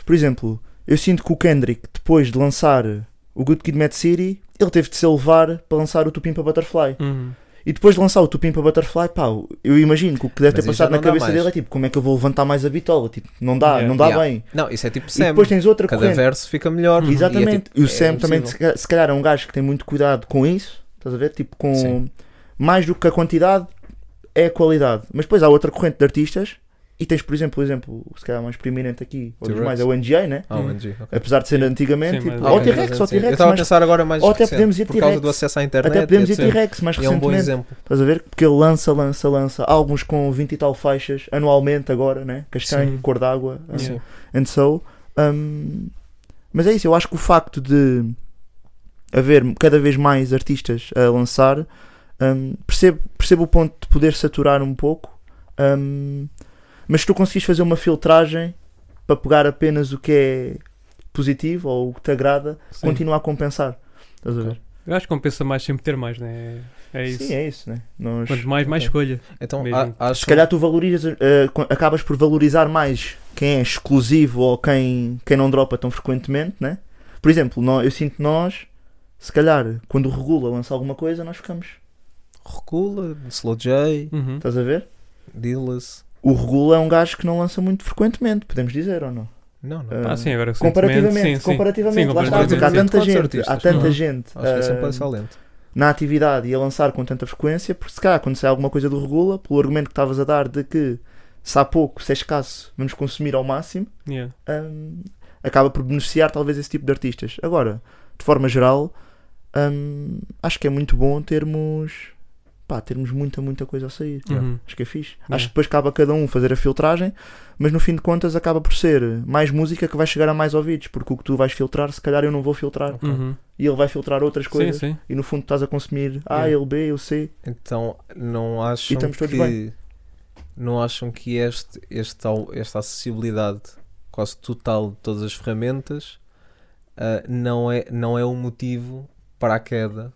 Por exemplo, eu sinto que o Kendrick, depois de lançar o Good Kid Mad City, ele teve de se elevar para lançar o Tupim para Butterfly.
Uhum.
E depois de lançar o Tupim para Butterfly, pá, eu imagino que o que deve
Mas
ter
isso já
passado na
não dá
cabeça
mais.
dele é tipo, como é que eu vou levantar mais a bitola? Tipo, não dá,
Yeah.
não dá
Yeah.
bem.
Não, isso é tipo
E
Sam.
depois tens outra
Cada
corrente.
verso fica melhor. E é
Exatamente.
tipo,
E, o
é
Sam também,
impossível.
se calhar- se calhar, é um gajo que tem muito cuidado com isso, estás a ver? Tipo, com
Sim.
mais do que a quantidade é a qualidade. Mas depois há outra corrente de artistas e tens, por exemplo, o exemplo, se calhar mais preeminente aqui, ou dos
T-Rex.
mais, é o NGA, né?
Ah, o NG, ok.
Apesar de ser antigamente,
Sim,
tipo,
mas-
ou
Ok,
T-Rex, ou
sim. Eu
T-Rex,
estava a
mas
pensar agora mais
ou até
recente,
podemos ir
por causa do
T-Rex.
acesso à internet.
até podemos ir
etc.
T-Rex mais
É um bom
recentemente.
exemplo.
Estás a ver? Porque ele lança, lança, lança álbuns com 20 e tal faixas anualmente agora, né? Castanho,
Sim.
cor d'água, hum,
Yeah.
and so. hum, mas é isso, eu acho que o facto de haver cada vez mais artistas a lançar, hum, percebo, percebo o ponto de poder saturar um pouco, hum, mas se tu conseguires fazer uma filtragem para pegar apenas o que é positivo ou o que te agrada,
Sim.
continua a compensar. Estás a ver?
Eu acho que compensa mais sempre ter mais, né? É é isso.
Sim, é isso, né? Nós...
Quanto mais, mais
Ok.
escolha.
Então,
Mesmo.
a- acho
Se calhar tu valorizas, eh, co- acabas por valorizar mais quem é exclusivo ou quem, quem não dropa tão frequentemente, né? Por exemplo, nó- eu sinto nós, se calhar, quando o Regula lança alguma coisa, nós ficamos.
Recula, Slow J,
Uhum.
Estás a ver?
Dillas.
O Regula é um gajo que não lança muito frequentemente, podemos dizer ou não?
Não, não.
Eh,
Ah, sim, agora
comparativamente,
recentemente, sim, sim.
comparativamente,
Sim,
lá está, porque há
comparativamente.
tanta
Quantos
gente,
artistas?
há tanta
Não.
gente
acho que é sempre
eh,
esse alento.
na atividade e a lançar com tanta frequência, porque se calhar quando sai alguma coisa do Regula, pelo argumento que estavas a dar de que se há pouco, se é escasso, vamos consumir ao máximo.
Yeah.
hum, acaba por beneficiar talvez esse tipo de artistas. Agora, de forma geral, hum, acho que é muito bom termos pá, termos muita, muita coisa a sair.
Uhum.
Acho que é fixe.
Yeah.
Acho que depois cabe a cada um fazer a filtragem, mas no fim de contas acaba por ser mais música que vai chegar a mais ouvidos, porque o que tu vais filtrar, se calhar eu não vou filtrar,
Uhum.
e ele vai filtrar outras
Sim,
coisas,
sim.
e no fundo estás a consumir A,
Yeah.
ele, B, eu C.
Então, não
E
acham
estamos todos
que...
bem.
Não acham que este, este al- esta acessibilidade quase total de todas as eh, ferramentas ah, não, é, não é um motivo para a queda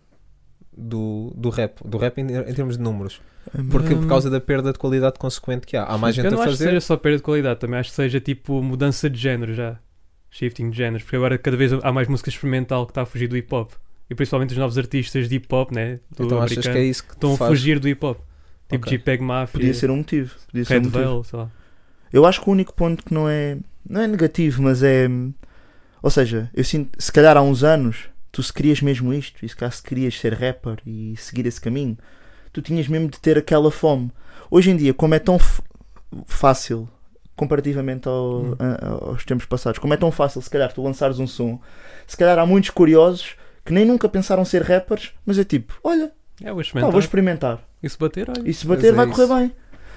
do, do rap, do rap em, em termos de números,
Hum,
porque por causa da perda de qualidade consequente que há. Há mais
eu
gente a
não acho que
fazer.
seja só perda de qualidade, também acho que seja tipo mudança de género já. Shifting de géneros, porque agora cada vez há mais música experimental que está a fugir do hip hop. E principalmente os novos artistas de hip hop, né? Do
Então achas que
americano,
é isso que
estão
te
a
faz?
fugir do hip hop. Tipo
Ok.
JPEG Mafia,
Podia ser um motivo. Podia ser um
Red
motivo.
Veil, sei lá.
Eu acho que o único ponto que não é. Não é negativo, mas é. Ou seja, eu sinto. Se calhar há uns anos tu se querias mesmo isto, e se calhar se querias ser rapper e seguir esse caminho, tu tinhas mesmo de ter aquela fome. Hoje em dia, como é tão f- fácil, comparativamente ao-
Hum.
a- a- aos tempos passados, como é tão fácil, se calhar, tu lançares um som, se calhar há muitos curiosos que nem nunca pensaram ser rappers, mas é tipo, olha,
É, vou
pá,
experimentar.
vou experimentar.
E se bater, olha.
E se
Mas
bater
é
vai
isso.
correr bem.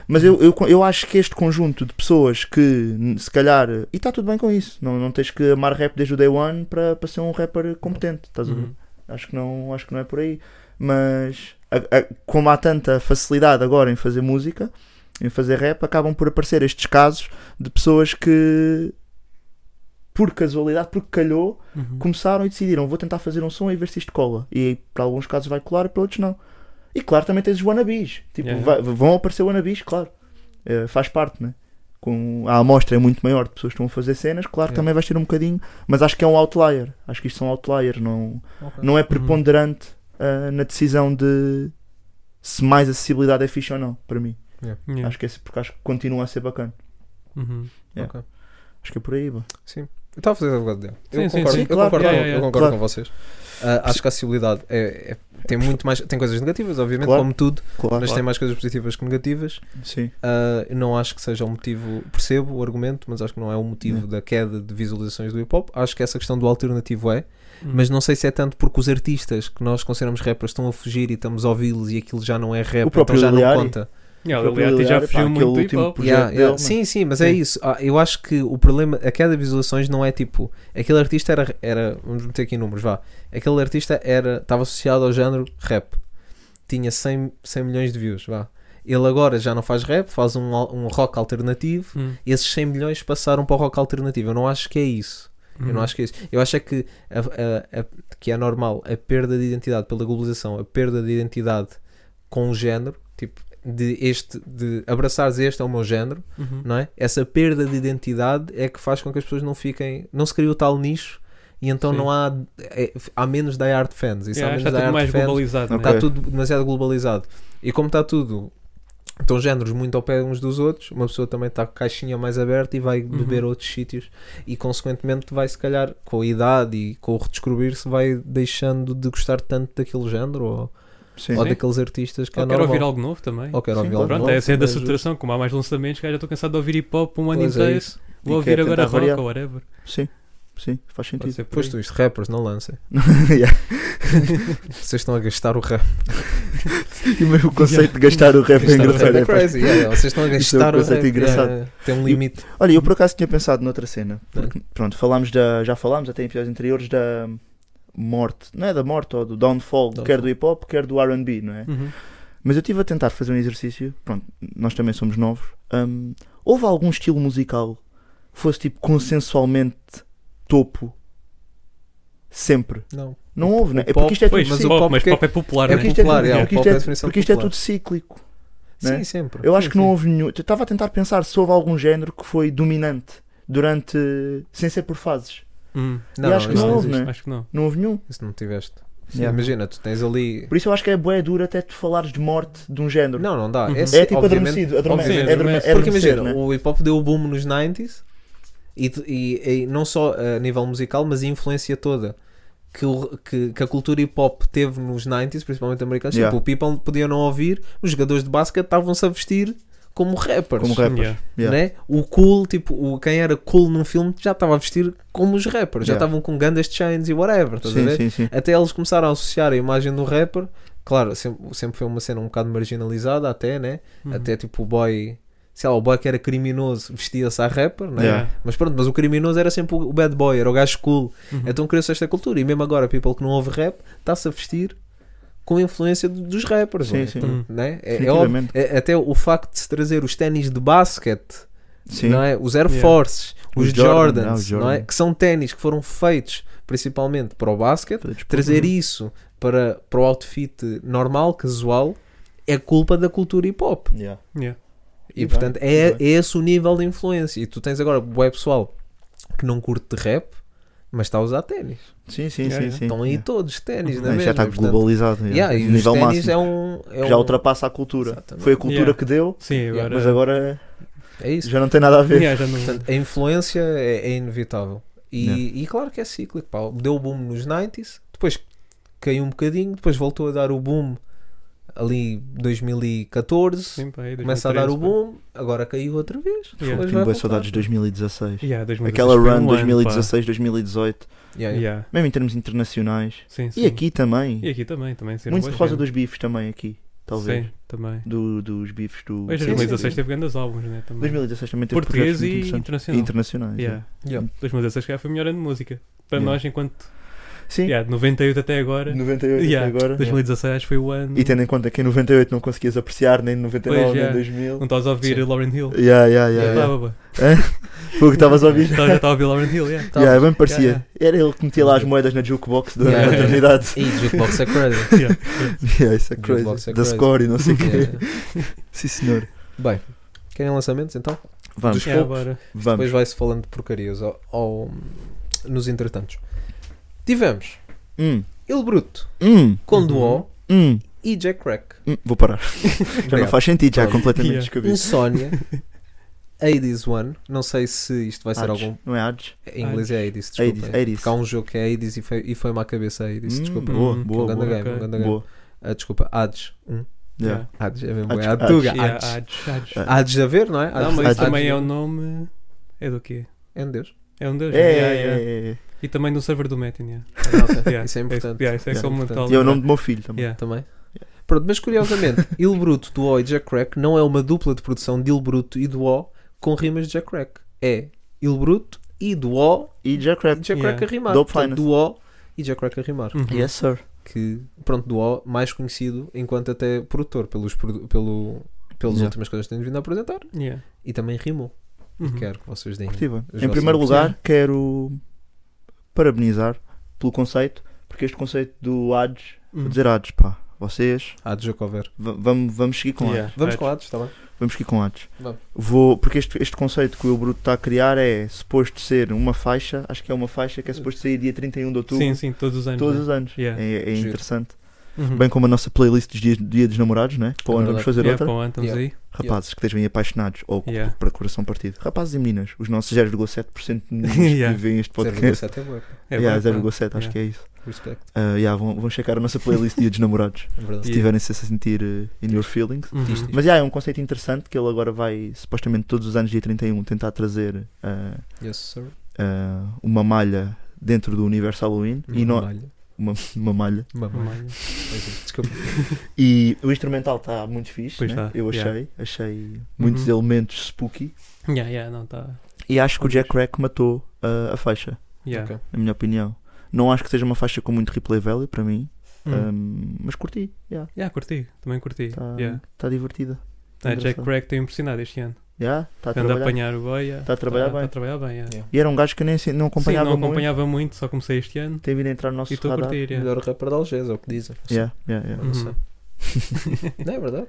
Mas eu, eu, eu acho que este conjunto de pessoas que n- se calhar. E está tudo bem com isso. Não, não tens que amar rap desde o day one para para ser um rapper competente. Estás a ver?
Uhum.
Acho, que não, acho que não é por aí. Mas a- a- como há tanta facilidade agora em fazer música, em fazer rap, acabam por aparecer estes casos de pessoas que por casualidade, porque calhou,
Uhum.
começaram e decidiram vou tentar fazer um som e ver se isto cola. E aí, para alguns casos vai colar, para outros não. E claro, também tens os wannabes. Tipo,
Yeah.
vai- vão aparecer wannabes, claro. Eh, faz parte, né? Com, a amostra é muito maior de pessoas que estão a fazer cenas, claro,
Yeah.
também vais ter um bocadinho, mas acho que é um outlier. Acho que isto são outliers, não,
Ok.
Uhum.
não é preponderante ah, na decisão de se mais acessibilidade é fixe ou não, para mim.
Yeah.
Acho que é porque acho que continua a ser bacana.
Uhum.
Acho que é por aí, bá.
Eu estava a fazer advogado dele.
Sim,
eu
sim,
concordo,
sim,
eu
claro.
concordo,
Yeah,
com-
yeah,
eu
yeah.
concordo
Claro.
com vocês. Ah, acho que a acessibilidade é- é- tem muito mais. Tem coisas negativas, obviamente,
Claro.
como tudo,
Claro,
mas tem mais coisas positivas que negativas.
sim.
Ah, eu não acho que seja o motivo. Percebo o argumento, mas acho que não é o motivo da queda de visualizações do hip hop. Acho que essa questão do alternativo é,
Uhum.
mas não sei se é tanto porque os artistas que nós consideramos rappers estão a fugir e estamos a ouvi-los e aquilo já não é rap, então
próprio
já
Lil
não
Yachty.
conta.
Yeah, o
Foi
Liliati já
Liliati, pá,
fugiu muito
aquele
do hip
último
hop.
projeto
Yeah,
dele,
yeah.
né?
Sim, sim, mas é isso. Ah, eu acho que o problema, a queda de visualizações não é tipo. Aquele artista era, era. Vamos meter aqui números, vá. Aquele artista era estava associado ao género rap. Tinha 100, 100 milhões de views, vá. Ele agora já não faz rap, faz um, al- um rock alternativo.
Hum.
Esses 100 milhões passaram para o rock alternativo. Eu não acho que é isso. Eu não
Uhum.
acho que é isso. Eu acho é que, a- a- a- que é normal a perda de identidade pela globalização, a perda de identidade com o género, tipo, de este, de abraçares este ao meu género,
Uhum.
não é? Essa perda de identidade é que faz com que as pessoas não fiquem, não se crie o tal nicho e então
Sim.
não há, é, há menos die hard fans. Isso há
Yeah,
menos
está
die
tudo
hard
mais
fans.
globalizado.
Ok.
Está tudo demasiado globalizado. E como está tudo, estão géneros muito ao pé uns dos outros, uma pessoa também está com a caixinha mais aberta e vai
Uhum.
beber a outros sítios. E consequentemente vai, se calhar, com a idade e com o redescobrir-se, vai deixando de gostar tanto daquele género ou,
Sim.
ou daqueles artistas que é
Eu quero ouvir
normal.
algo novo também.
Ou quero
Sim,
ouvir
claro.
algo
Pronto,
novo,
essa é da
mas- eh,
saturação. Como há mais lançamentos, cara, já estou cansado de ouvir hip hop um ano
Pois é
inteiro.
isso.
Vou
E
ouvir
quer
agora
tentar
rock
variar.
ou whatever.
Sim, sim, faz
Pode
sentido.
ser por
Pois
aí.
tu, isto, rappers não lancem.
Yeah.
Vocês estão a gastar o rap.
E mesmo o conceito de gastar o rap é
Gastar o
engraçado.
é
é, pá.
crazy. yeah, yeah, Vocês estão a
Isso é um
gastar o
conceito
rap.
engraçado.
yeah, yeah, Tem um limite.
Olha, eu por acaso tinha pensado noutra cena.
É.
Porque, pronto, falámos da. Já falámos até em episódios anteriores da morte. Não é da morte ou do downfall,
Downfall.
quer do hip hop, quer do RB, não é?
Uhum.
Mas eu estive a tentar fazer um exercício. Pronto, nós também somos novos. Hum, houve algum estilo musical que fosse tipo consensualmente topo? Sempre.
Não.
Não houve, não é?
o
É porque isto é
Pois,
tudo
mas
mas
o
pop,
cíclico.
pop
mas
que-
pop é popular,
É
né?
porque isto é tudo-
popular, é,
é
o
porque
pop
isto
é a
é tudo-
definição
porque isto é
popular.
tudo cíclico. Né?
Sim, sempre.
Eu acho que não
sim.
houve nenhum. Eu estava a tentar pensar se houve algum género que foi dominante durante. sem ser por fases.
Hum,
Não,
eu acho que
isso
não
não
houve,
existe.
né?
Acho que não.
Não houve nenhum.
Isso não tiveste. Sim,
Yeah.
Imagina, tu tens ali.
Por isso eu acho que é bué duro até tu falares de morte de um género.
Não, não dá.
Uhum.
Esse,
é tipo
obviamente-
adormecido. adorme-
obviamente.
é adorme-
Sim,
é
Porque
adormecer,
imagina, um
né?
o hip hop deu o boom nos 90s e, tu- e- e não só eh, a nível musical, mas a influência toda que, o- que- que a cultura hip hop teve nos 90s, principalmente americanos.
Yeah.
Tipo, o people podia não ouvir, os jogadores de basquete estavam-se a vestir como rappers.
Como rappers.
Yeah.
Yeah.
né? O cool, tipo, o, quem era cool num filme já estava a vestir como os rappers, já
Yeah.
estavam com gandas de chains e whatever, estás a
Sim,
ver? É
sim, sim.
Até eles começaram a associar a imagem do rapper, claro, sempre, sempre foi uma cena um bocado marginalizada, até, né? Até tipo o boy, sei lá, o boy que era criminoso vestia-se a rapper, né?
Yeah.
Mas pronto, mas o criminoso era sempre o bad boy, era o gajo cool. Então criou-se esta cultura. E mesmo agora, people que não ouve rap, está-se a vestir com a influência do- dos rappers,
Sim,
né?
sim.
Então, né? É, é
Definitivamente.
óbvio. É- até o facto de se trazer os ténis de basquete
Sim.
não é? Os Air
Yeah.
Forces, os,
Os Jordan,
Jordans,
ah, os Jordan.
Não é? que são ténis que foram feitos principalmente para o basquete,
Para desporto,
trazer
não é?
isso para, para o outfit normal, casual, é culpa da cultura hip hop.
Yeah.
Yeah.
E
E
portanto
bem,
é,
e
é esse o nível de influência. E tu tens agora bué pessoal que não curte de rap, mas está a usar ténis.
Sim, sim,
Yeah,
sim.
yeah.
sim.
Estão aí
Yeah.
todos de ténis, não
Ah,
é?
Já está globalizado. yeah.
Yeah, e os
Nível
ténis
máximo.
é um. É
que já
um-
ultrapassa a cultura.
Exatamente.
Foi a cultura
Yeah.
que deu,
Sim, agora.
mas agora
É isso.
já não tem nada a ver.
Yeah, já não-
Portanto, a influência é, é inevitável. E, e claro que é cíclico. Pá. Deu o boom nos 90s, depois caiu um bocadinho, depois voltou a dar o boom ali 2014.
Sim, pá, aí,
Começa a dar o
2013,
boom, agora caiu outra vez.
pá. Yeah.
Mas
Tenho
vai
bem
voltar.
saudades de 2016.
Yeah, 2016
Aquela
foi
run
um ano, pá.
2016, 2018,
Yeah, yeah.
Yeah.
mesmo em termos internacionais.
Sim, sim.
E aqui também.
E aqui também, também. sim,
Muito
boas
por causa
cenas.
dos bifes também aqui, talvez.
Sim, também.
Do- dos bifes do.
Mas
Sim,
2016
sim.
teve grandes álbuns, né? Também.
2016 também teve
Português
projetos muito
e
interessantes.
internacional.
internacionais. né?
Yeah.
Yeah.
2016 já foi melhor ano de música. Para
Yeah.
nós, enquanto.
yeah. Sim,
Yeah, de 98 até agora.
98
Yeah,
até agora.
2016 foi o ano.
E tendo em conta que em 98 não conseguias apreciar, nem em 99,
Pois, yeah.
nem em 2000.
Não estás a ouvir Lauren Hill.
Yeah, yeah, yeah,
Yeah.
yeah.
Estava, pá.
Foi o que estavas a ouvir.
Estava- Tá, Já estava a ouvir Lauren Hill, yeah.
Tá.
Yeah, é bem parecia.
Yeah,
Era ele que metia lá as moedas na jukebox da
Yeah.
maternidade.
E Jukebox é crazy.
Yeah.
Yeah, isso é
Jukebox
crazy. Da
é crazy.
score e não sei o quê.
Yeah.
Sim, senhor.
Bem, querem lançamentos então?
Vamos,
Yeah, bora.
vamos.
Depois vai-se falando de porcarias ao- ao- nos entretantos. Tivemos
Hum,
Il Bruto
hum,
com Duo
hum,
e Jack Crack.
hum. Vou parar. Já não
Obrigado.
faz sentido, já é
Pronto.
completamente
Yeah.
descabido.
Insónia, 80s One. Não sei se isto vai ser
Ades,
algum.
Não é Ades?
Em inglês é 80s, desculpa.
80s, 80s.
Porque há um jogo que é 80s e foi- e foi-me à cabeça 80s,
Hum,
desculpa.
Boa,
Hum,
boa,
um
boa.
grande
boa,
game, um
ok.
grande game.
Boa.
Ah, desculpa, Hades. Hum,
Yeah.
Hades, é mesmo.
Hades,
é a Tuga.
Yeah. Yeah,
Hades.
Hades, Hades.
Ah.
Hades a ver, não é?
Não, mas
Hades.
isso também é o nome. É do quê?
É um Deus.
É um deus.
É,
né? Yeah, yeah.
é, é,
Então,
é.
E também do server do Metin, yeah.
Ah, ok.
Yeah,
Isso é importante.
yeah, isso é
Isso é
só uma tal-
E é o nome do meu filho também.
Yeah.
Também. Pronto, mas curiosamente, Il Bruto, Duo e Jack Crack não é uma dupla de produção de Il Bruto e Duo com rimas de Jack Crack. É Il Bruto e Duo
E Jack
e
Rap.
Jack
Yeah.
Crack a rimar.
Dope
Portanto,
Finest.
Duo e Jack Crack a rimar.
Uhum.
Yes, sir.
que pronto do O mais conhecido enquanto até produtor pelos produ- pelo pelas
Yeah.
últimas coisas que temos vindo a apresentar
Uhum. Yeah.
e também rimou
Uhum.
quero que vocês deem
Curti bem.
Os
Em
vossos
primeiro
impressões.
lugar, quero parabenizar pelo conceito, porque este conceito do Hades, vou
Uhum.
dizer Hades, pá, vocês,
há de Jacover
va- vamos, vamos seguir com Hades.
Yeah.
vamos
Hades.
com Hades está bem
Vamos seguir com Hades.
Vamos.
Vou, porque este, este conceito que o Bruto está a criar é suposto ser uma faixa, acho que é uma faixa que é suposto sair dia 31 de outubro,
Sim, sim, todos os anos.
todos
né?
os anos.
Yeah.
É, é
Giro.
interessante.
Uhum.
Bem como a nossa playlist dos dias, dia dos namorados, né? Para
É
onde
verdade.
vamos fazer
Yeah,
outra?
para o ano estamos
Yeah.
aí.
Rapazes que estejam aí apaixonados ou
Yeah.
para coração partido. Rapazes e meninas, os nossos 0,7% de meninos
Yeah.
que vivem este podcast.
0,7 é boa pá.
É
yeah,
bom, pá.
0,7, acho
Yeah.
que é isso.
respeito
Ah, yeah, vão, vão checar a nossa playlist Dia dos Namorados,
é verdade
se
Yeah.
tiverem-se a sentir eh, in your feelings.
Uhum.
Diz, diz.
Mas yeah, é um conceito interessante que ele agora vai, supostamente todos os anos, dia 31, tentar trazer ah,
yes sir
ah, uma malha dentro do universo Halloween. E
Uma
não,
malha.
uma, uma malha.
Uma malha.
Maio.
Pois é, desculpa
E o instrumental está muito fixe,
Pois
né?
tá,
eu achei.
yeah. Uhum.
Achei muitos elementos spooky.
Yeah, yeah, não tá. está.
E acho que o Jack Rack matou ah, a faixa,
Yeah.
Ok.
na minha opinião. Não acho que seja uma faixa com muito replay value para mim,
Hum.
ah, mas curti. Está
Yeah, curti, também curti. Yeah.
divertida.
Ah, Jack
tá engraçado.
Craig tem impressionado este ano.
Yeah, tá a
Anda a
trabalhar.
apanhar o boia.
Tá a trabalhar
Tá
bem.
a trabalhar bem, yeah.
E era um gajo que nem se- não acompanhava
Sim, não
muito.
acompanhava muito. só comecei este ano.
Tem vindo a entrar no nosso
e estou a
radar.
curtir, yeah.
melhor rapper da Algés é o que dizem
Yeah, yeah, yeah.
Não sei.
Uhum.
não é verdade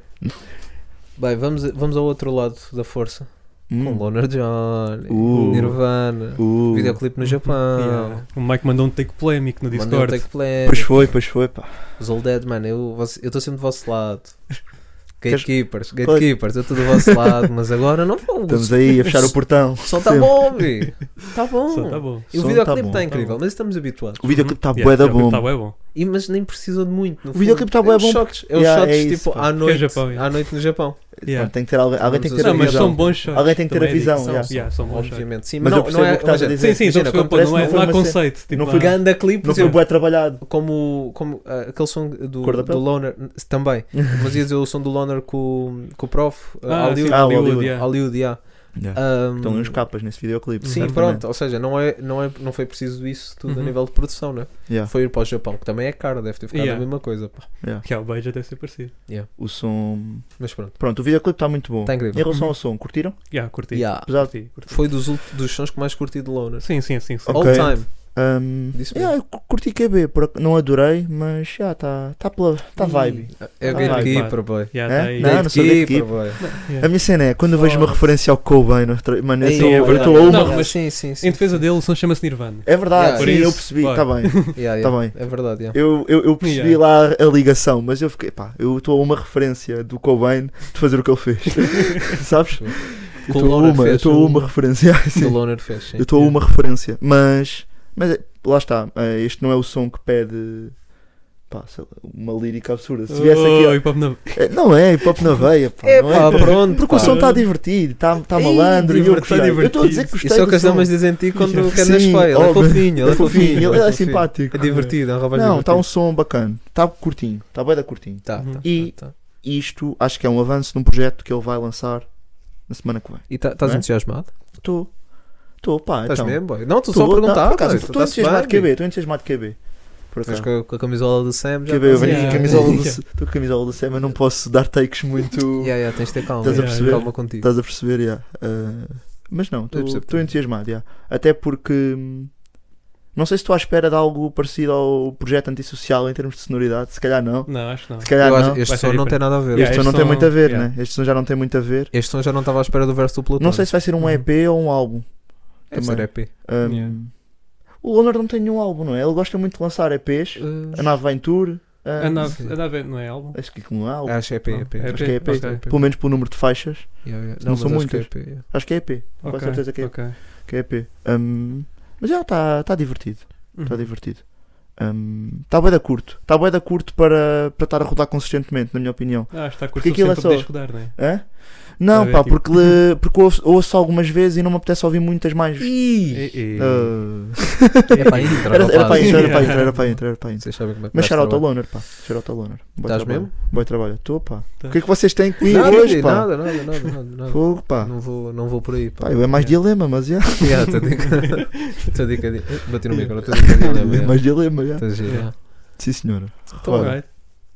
bem vamos, vamos ao outro lado da força com
Hum.
Loner John
Uh.
Nirvana
Uh.
videoclipe no Japão
Yeah. O Mike mandou um take polémico no
Mandei um
Discord.
take play.
Pois foi, pois foi, pá.
Os Old Dead, mano, eu estou sempre do vosso lado.
Queres-
Gatekeepers, gatekeepers, eu estou do vosso lado, mas agora não vou.
Estamos aí a fechar o portão.
O som está
Sempre.
tá bom, vi. Está bom.
Só tá bom.
E o
Som
videoclipe
tá bom.
está incrível,
Tá bom.
mas estamos habituados.
O videoclipe está
Uhum.
bué da
o videoclipe
bom.
Tá bué bom.
E, mas nem precisam de muito. No
O videoclipe tá bué bom.
Shots, é os
Yeah,
shots
é isso,
tipo
pá.
à
Que é
noite,
Japão, yeah.
à noite no Japão.
Yeah.
Pronto, tem que ter alguém, alguém tem que ter
Não,
a
Não, mas
visão.
são bons shots.
Alguém tem que ter a
também é
visão,
disso.
yeah.
Yeah, são bons shots.
obviamente. Sim,
Mas
mas
eu
não, não
percebo o
é.
que estás a
imagina,
dizer.
Sim, sim,
imagina,
estou a
como,
perceber, pô, não,
parece
é, não há
que não foi uma
conceito. Tipo,
Não
há-
foi
pegando a clipe, por
Não foi
exemplo,
bué trabalhado.
como, como ah, aquele som do,
Cor da
do
pele?
Loner n- também, mas ia dizer o som do Loner com, com o prof, ah,
Ah, sim,
Hollywood,
Ah,
Hollywood,
Hollywood.
yeah.
Hollywood, yeah.
Yeah.
Ahm,
Estão ali uns capas nesse videoclipe.
Sim,
certamente.
pronto, ou seja, não, é, não, é, não foi preciso isso tudo a
Uhum.
nível de produção, né?
Yeah.
Foi ir para o Japão, que também é caro, deve ter ficado
Yeah.
a mesma coisa. pá.
Que é o beijo, deve ser parecido.
O som.
Mas pronto,
Pronto, o videoclipe está muito bom.
está
Em
Tá incrível.
relação ao som, curtiram?
Yeah, curti.
Yeah.
Apesar de.
Curti, curti.
Foi dos, ult- dos sons que mais curti de Loner.
Sim, sim, sim. sim.
Ok.
All time.
Um,
Disse
yeah, eu curti QB, por ac- não adorei, mas já está tá pela tá vibe.
É o
Ah,
gatekeeper, boy.
Yeah,
É?
tá aí.
Não, não sou gatekeeper.
Gatekeeper, boy.
A minha cena é quando eu vejo uma
Foda-se.
referência ao Cobain, no tra- mano, eu
Ei,
estou
é
eu
verdade.
estou a
Não,
uma.
mas-
sim, sim, sim.
Em defesa dele, o som chama-se Nirvana.
É verdade,
Yeah.
sim,
Por
eu
isso,
percebi,
vai.
está bem.
Yeah,
Tá
yeah.
bem.
É verdade, yeah.
Eu, eu, eu percebi
Yeah.
lá a ligação, mas eu fiquei, pá, eu estou a uma referência do Cobain de fazer o que ele fez. Sabes? Eu
Que o
estou a
Loner
uma,
fez, um-
eu estou a
o-
uma referência.
Que
Sim.
o Loner fez. sim.
Eu estou a uma referência, mas, mas é- lá está, é, este não é o som que pede pá, sei lá, uma lírica absurda. Se viesse
Oh,
aqui,
hip hop na-
é, não é hip hop na veia, pá,
É
não
pá,
é?
pronto.
Porque o
pá.
som está divertido, está tá
Ih,
malandro, e eu
divertido,
gostei. Eu estou a dizer
divertido.
que gostei.
Isso é o
do
que as
som.
damas dizem de ti quando
Sim,
andas feio. Ele é
óbvio.
fofinho, ele é fofinho.
ele é
fofinho.
simpático.
É divertido, é um rapaz
Não, está um
divertido.
som bacana, está curtinho, está bem da curtinho.
Tá, tá,
E-
tá, tá.
Isto acho que é um avanço num projeto que ele vai lançar na semana que vem.
E tá- estás
Não é?
entusiasmado?
Estou, estou, pá,
Estás
então.
mesmo, boy? Não, estou
Tô,
só a
não,
perguntar.
por acaso,
boy,
Estou
tá-se
entusiasmado de
bem.
QB, estou entuasiasmado de QB. Por
Mas
acaso.
com, com a camisola do Sam já.
Quer ver, eu venho
tá-se bem.
com a
Yeah.
camisola do,
Yeah.
tô com a camisola do Sam, mas não posso dar takes muito.
Yeah, yeah, tens de ter calma.
Estás
a
yeah,
perceber?
Calma contigo.
Estás a perceber, yeah. Ah, Mas não,
percebo.
estou entusiasmado, yeah. Até porque. hum, Não sei se estou à espera de algo parecido ao projeto antissocial em termos de sonoridade, se calhar não.
Não, acho que não.
Se calhar
Eu acho-
não.
Este
Vai ser
som não tem
diferente.
nada a ver.
Yeah,
este som
este
não tem
som-
muito a ver,
yeah.
né? Este som já não tem muito a ver.
Este som já não estava à espera do verso do Plutão.
Não sei se vai ser um
Uhum.
EP ou um álbum.
Deve
também.
ser EP.
Hum,
Yeah.
O Leonard não tem nenhum álbum, não é? Ele gosta muito de lançar EPs. A Nave Vai em Tour. ah,
A nave, a nave não é álbum?
Acho que não há álbum.
Acho que é EP,
Não,
EP.
é
acho que é EP.
ok.
Pelo menos pelo número de faixas.
Yeah, yeah.
Não
Não,
são
mas acho que é
muitas.
EP. yeah.
Acho que é EP. Com
Ok,
certeza que é
ok.
que é EP. Hum, mas já está tá divertido.
Uhum.
Está
Uhum.
divertido. Está bué da curto. Está bué da curto para para estar a rodar consistentemente, na minha opinião.
Ah, está
Porque
curto
aquilo é
sempre
só-
para poderes rodar, não é?
Hã? Não,
Tá a ver,
pá,
tipo-
porque, le- porque ouço, ouço algumas vezes e não me apetece ouvir muitas mais.
Ih!
E- e-
Ah,
É para entrar.
era, era para
rapaz.
entrar, era para entrar, era para entrar, era para entrar.
Vocês sabem como é que
Mas
faz
shout out ao
trabalho.
Loner, pá. Shout out ao Loner. Boa
Estás
trabalho.
mesmo?
Boa trabalho. Estou, pá.
Tá.
O que é que vocês têm comigo
Nada,
hoje, pá?
nada, nada, nada, nada, nada.
Fogo, pá.
Não vou, não vou por aí, pá.
Pá, eu é mais dilema, mas já.
Yeah, tô dica- tô dica- Bati no micro, estou a dica dilema, Tá.
É
yeah.
mais dilema, já.
Tô giro,
Yeah.
yeah.
Sim, senhora.
Então,
Roda.
alright.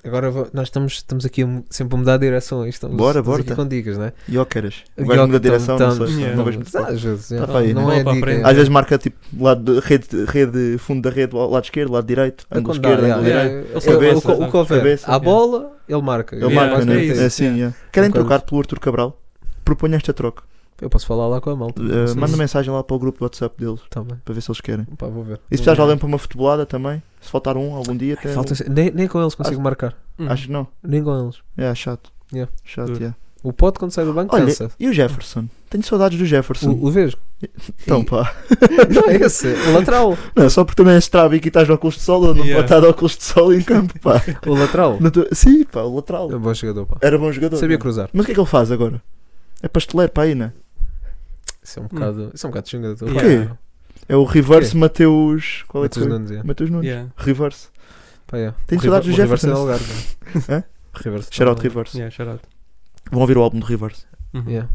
Agora vou- nós estamos, estamos aqui a mu- sempre a mudar de direção. e Estamos,
Bora,
estamos
bora,
aqui
tá.
com dicas, não é?
E ó, queres? O gajo muda a direção, não sei.
yeah.
Não vejo
muito.
muito.
Às vezes, yeah.
Tá para aí,
não
né?
é
Não, para a
dica.
frente.
é-
Às vezes marca tipo lado de- rede, rede, fundo da rede, lado esquerdo, lado direito,
é
ângulo
quando
esquerdo,
dá,
ângulo
yeah,
direito.
yeah.
Ele
É,
cabeça,
o co- o que houver.
cabeça.
À bola, ele marca.
Ele
Yeah,
marca,
acho que
né?
é isso.
É assim, yeah. Querem
Concordo.
trocar pelo Arthur Cabral? Proponho esta troca.
Eu posso falar lá com a malta.
Uh,
não sei
manda
se-
mensagem lá para o grupo do WhatsApp deles,
Tá bem.
para ver se eles querem.
Pá, vou ver.
E se precisares de alguém para uma futebolada também, se faltar um algum dia, até.
Falta- nem, nem com eles consigo marcar.
Hum.
Acho que não.
Nem com eles.
É, é chato.
Yeah.
Chato,
Duro.
yeah.
O pote quando sai do banco
Olha,
cansa.
e o Jefferson? Tenho saudades do Jefferson.
O, o Vesgo.
então, pá.
Não é esse. O lateral.
Não, é só porque também és trábico e estás de óculos de sol, eu não
Yeah.
pode estar de óculos de sol em campo, pá.
O lateral.
Não tô- Sim, pá, o lateral.
É um bom jogador, pá.
Era bom jogador.
Sabia
não?
cruzar.
Mas o que é que ele faz agora? É pasteleiro para aí, né?
Isso é um bocado. Isso é um bocado xinga do
Porquê?
É o reverse
Quê?
Mateus. Qual é que
Matheus
foi?
Nunes, é.
Mateus Nunes.
Yeah.
Reverse.
Pá, é.
Tenho
O
saudades do
River- o River
Jefferson. né?
é lugar, não é? River é
Shout out
lugar.
Reverse.
Yeah, shout out.
Vão ouvir o álbum do Reverse.
Uhum.
Yeah.